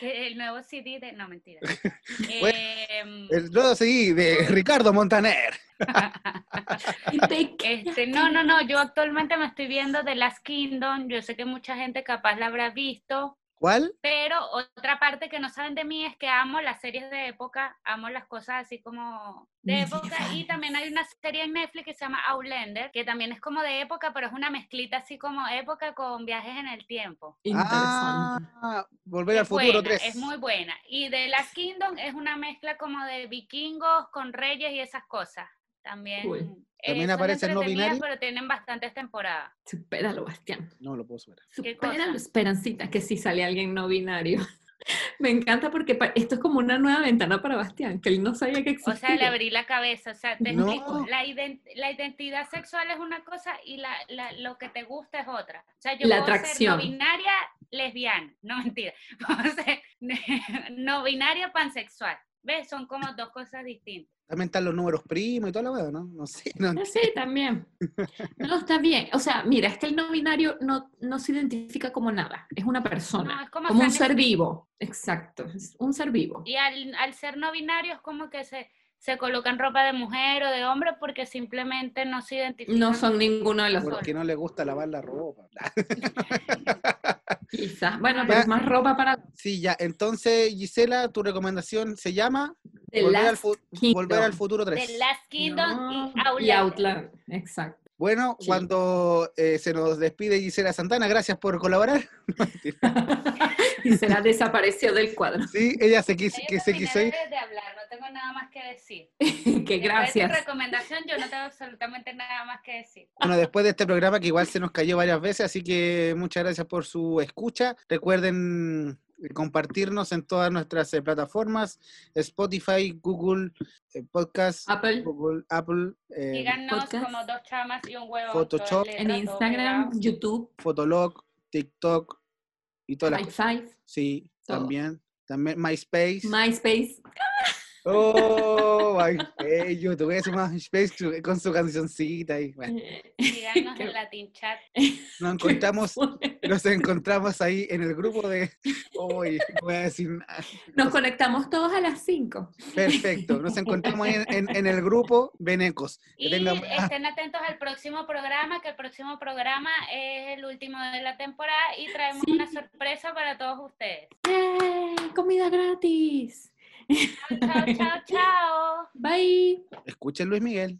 S3: el nuevo CD de...
S2: [laughs]
S3: No, mentira.
S1: Bueno,
S3: Em,
S1: El Eh, luego seguí de Ricardo Montaner.
S2: Te-
S3: Este, no, no, no, yo actualmente me estoy viendo The Last Kingdom, yo sé que mucha gente capaz la habrá visto,
S1: ¿Cuál?
S3: pero otra parte que no saben de mí es que amo las series de época, amo las cosas así como de época, y también hay una serie en Netflix que se llama Outlander, que también es como de época, pero es una mezclita así como época con viajes en el tiempo.
S2: Interesante.
S1: Ah, Volver al
S3: Es
S1: futuro
S3: buena,
S1: 3.
S3: es muy buena. Y The Last Kingdom es una mezcla como de vikingos con reyes y esas cosas. También,
S2: Cool.
S3: eh,
S1: También
S3: son
S1: aparece el no
S3: entretenidas,
S1: binario.
S3: Pero tienen bastantes temporadas.
S2: Supéralo, Bastián.
S1: No lo puedo superar.
S3: ¿Qué
S2: Supéralo,
S3: cosa?
S2: Esperancita, que si sale alguien no binario. [laughs] Me encanta porque pa- esto es como una nueva ventana para Bastián, que él no sabía que
S3: O
S2: existía.
S3: sea, le abrí la cabeza. O sea, te
S1: No.
S3: explico, la, ident- la identidad sexual es una cosa y la, la- lo que te gusta es otra. O sea, yo
S2: La
S3: puedo
S2: atracción.
S3: ser no binaria lesbiana, no mentira, [laughs] puedo ser no binaria pansexual. ¿Ves? Son como dos cosas distintas.
S1: También están los números primos y toda la hueá, ¿no? No sé. No,
S2: Ah, Sí, también. No, está bien. O sea, mira, es que el no binario no, no se identifica como nada, es una
S3: No,
S2: persona,
S3: es como,
S2: como un
S3: Sam
S2: ser vivo. Exacto, es un ser vivo.
S3: Y al, al ser no binario es como que se, se colocan ropa de mujer o de hombre porque simplemente no se identifican.
S2: No son ninguno de los dos,
S1: Porque no le gusta lavar la ropa.
S2: quizás. Bueno, pero es más ropa para
S1: Sí, ya. Entonces, Gisela, tu recomendación se llama
S2: The
S1: Volver, al,
S2: Last
S1: fu-
S2: Kingdom.
S1: Volver al Futuro 3.
S3: The Last Kingdom
S2: No,
S3: y Outlander.
S2: exacto.
S1: Bueno,
S2: Sí.
S1: cuando eh, se nos despide Gisela Santana, gracias por colaborar.
S2: Y [laughs] se la desapareció del cuadro. [laughs]
S1: Sí, ella se quiso,
S3: Ya yo
S1: que se
S3: terminé
S1: quiso ir.
S3: de- de hablar, no tengo nada más que decir.
S2: que
S3: Después de tu
S2: gracias.
S3: recomendación yo no tengo absolutamente nada más que decir.
S1: Bueno, después de este programa que igual se nos cayó varias veces, así que muchas gracias por su escucha. Recuerden eh, compartirnos en todas nuestras eh, plataformas, Spotify, Google eh, Podcast,
S2: Apple
S1: Google, Apple, eh,
S3: Díganos
S2: podcast.
S3: como dos chamas y un huevo.
S1: Photoshop.
S3: todas letras,
S2: en
S3: todo
S2: Instagram,
S3: pegado.
S2: YouTube,
S1: Fotolog, TikTok y todas las
S2: High
S1: cosas.
S2: Five,
S1: Sí,
S2: todo.
S1: también. También MySpace.
S2: MySpace. [laughs]
S1: Oh, MySpace. Yo te voy a decir MySpace tu- con su cancioncita. Y,
S2: [laughs]
S1: bueno,
S3: Díganos
S2: Qué-
S3: en Latin Chat.
S1: nos encontramos, nos encontramos ahí en el grupo de hoy. voy a decir nada.
S2: Nos conectamos todos a las 5.
S1: Perfecto. Nos encontramos en, en- en el grupo Benecos. Que
S3: Y
S1: tengan- [laughs] ah,
S3: estén atentos al próximo programa, que el próximo programa es el último de la temporada y traemos
S2: Sí.
S3: una sorpresa para todos ustedes.
S2: Comida gratis. [laughs]
S3: Chao, chao, chao.
S2: Bye.
S1: escuchen Luis Miguel.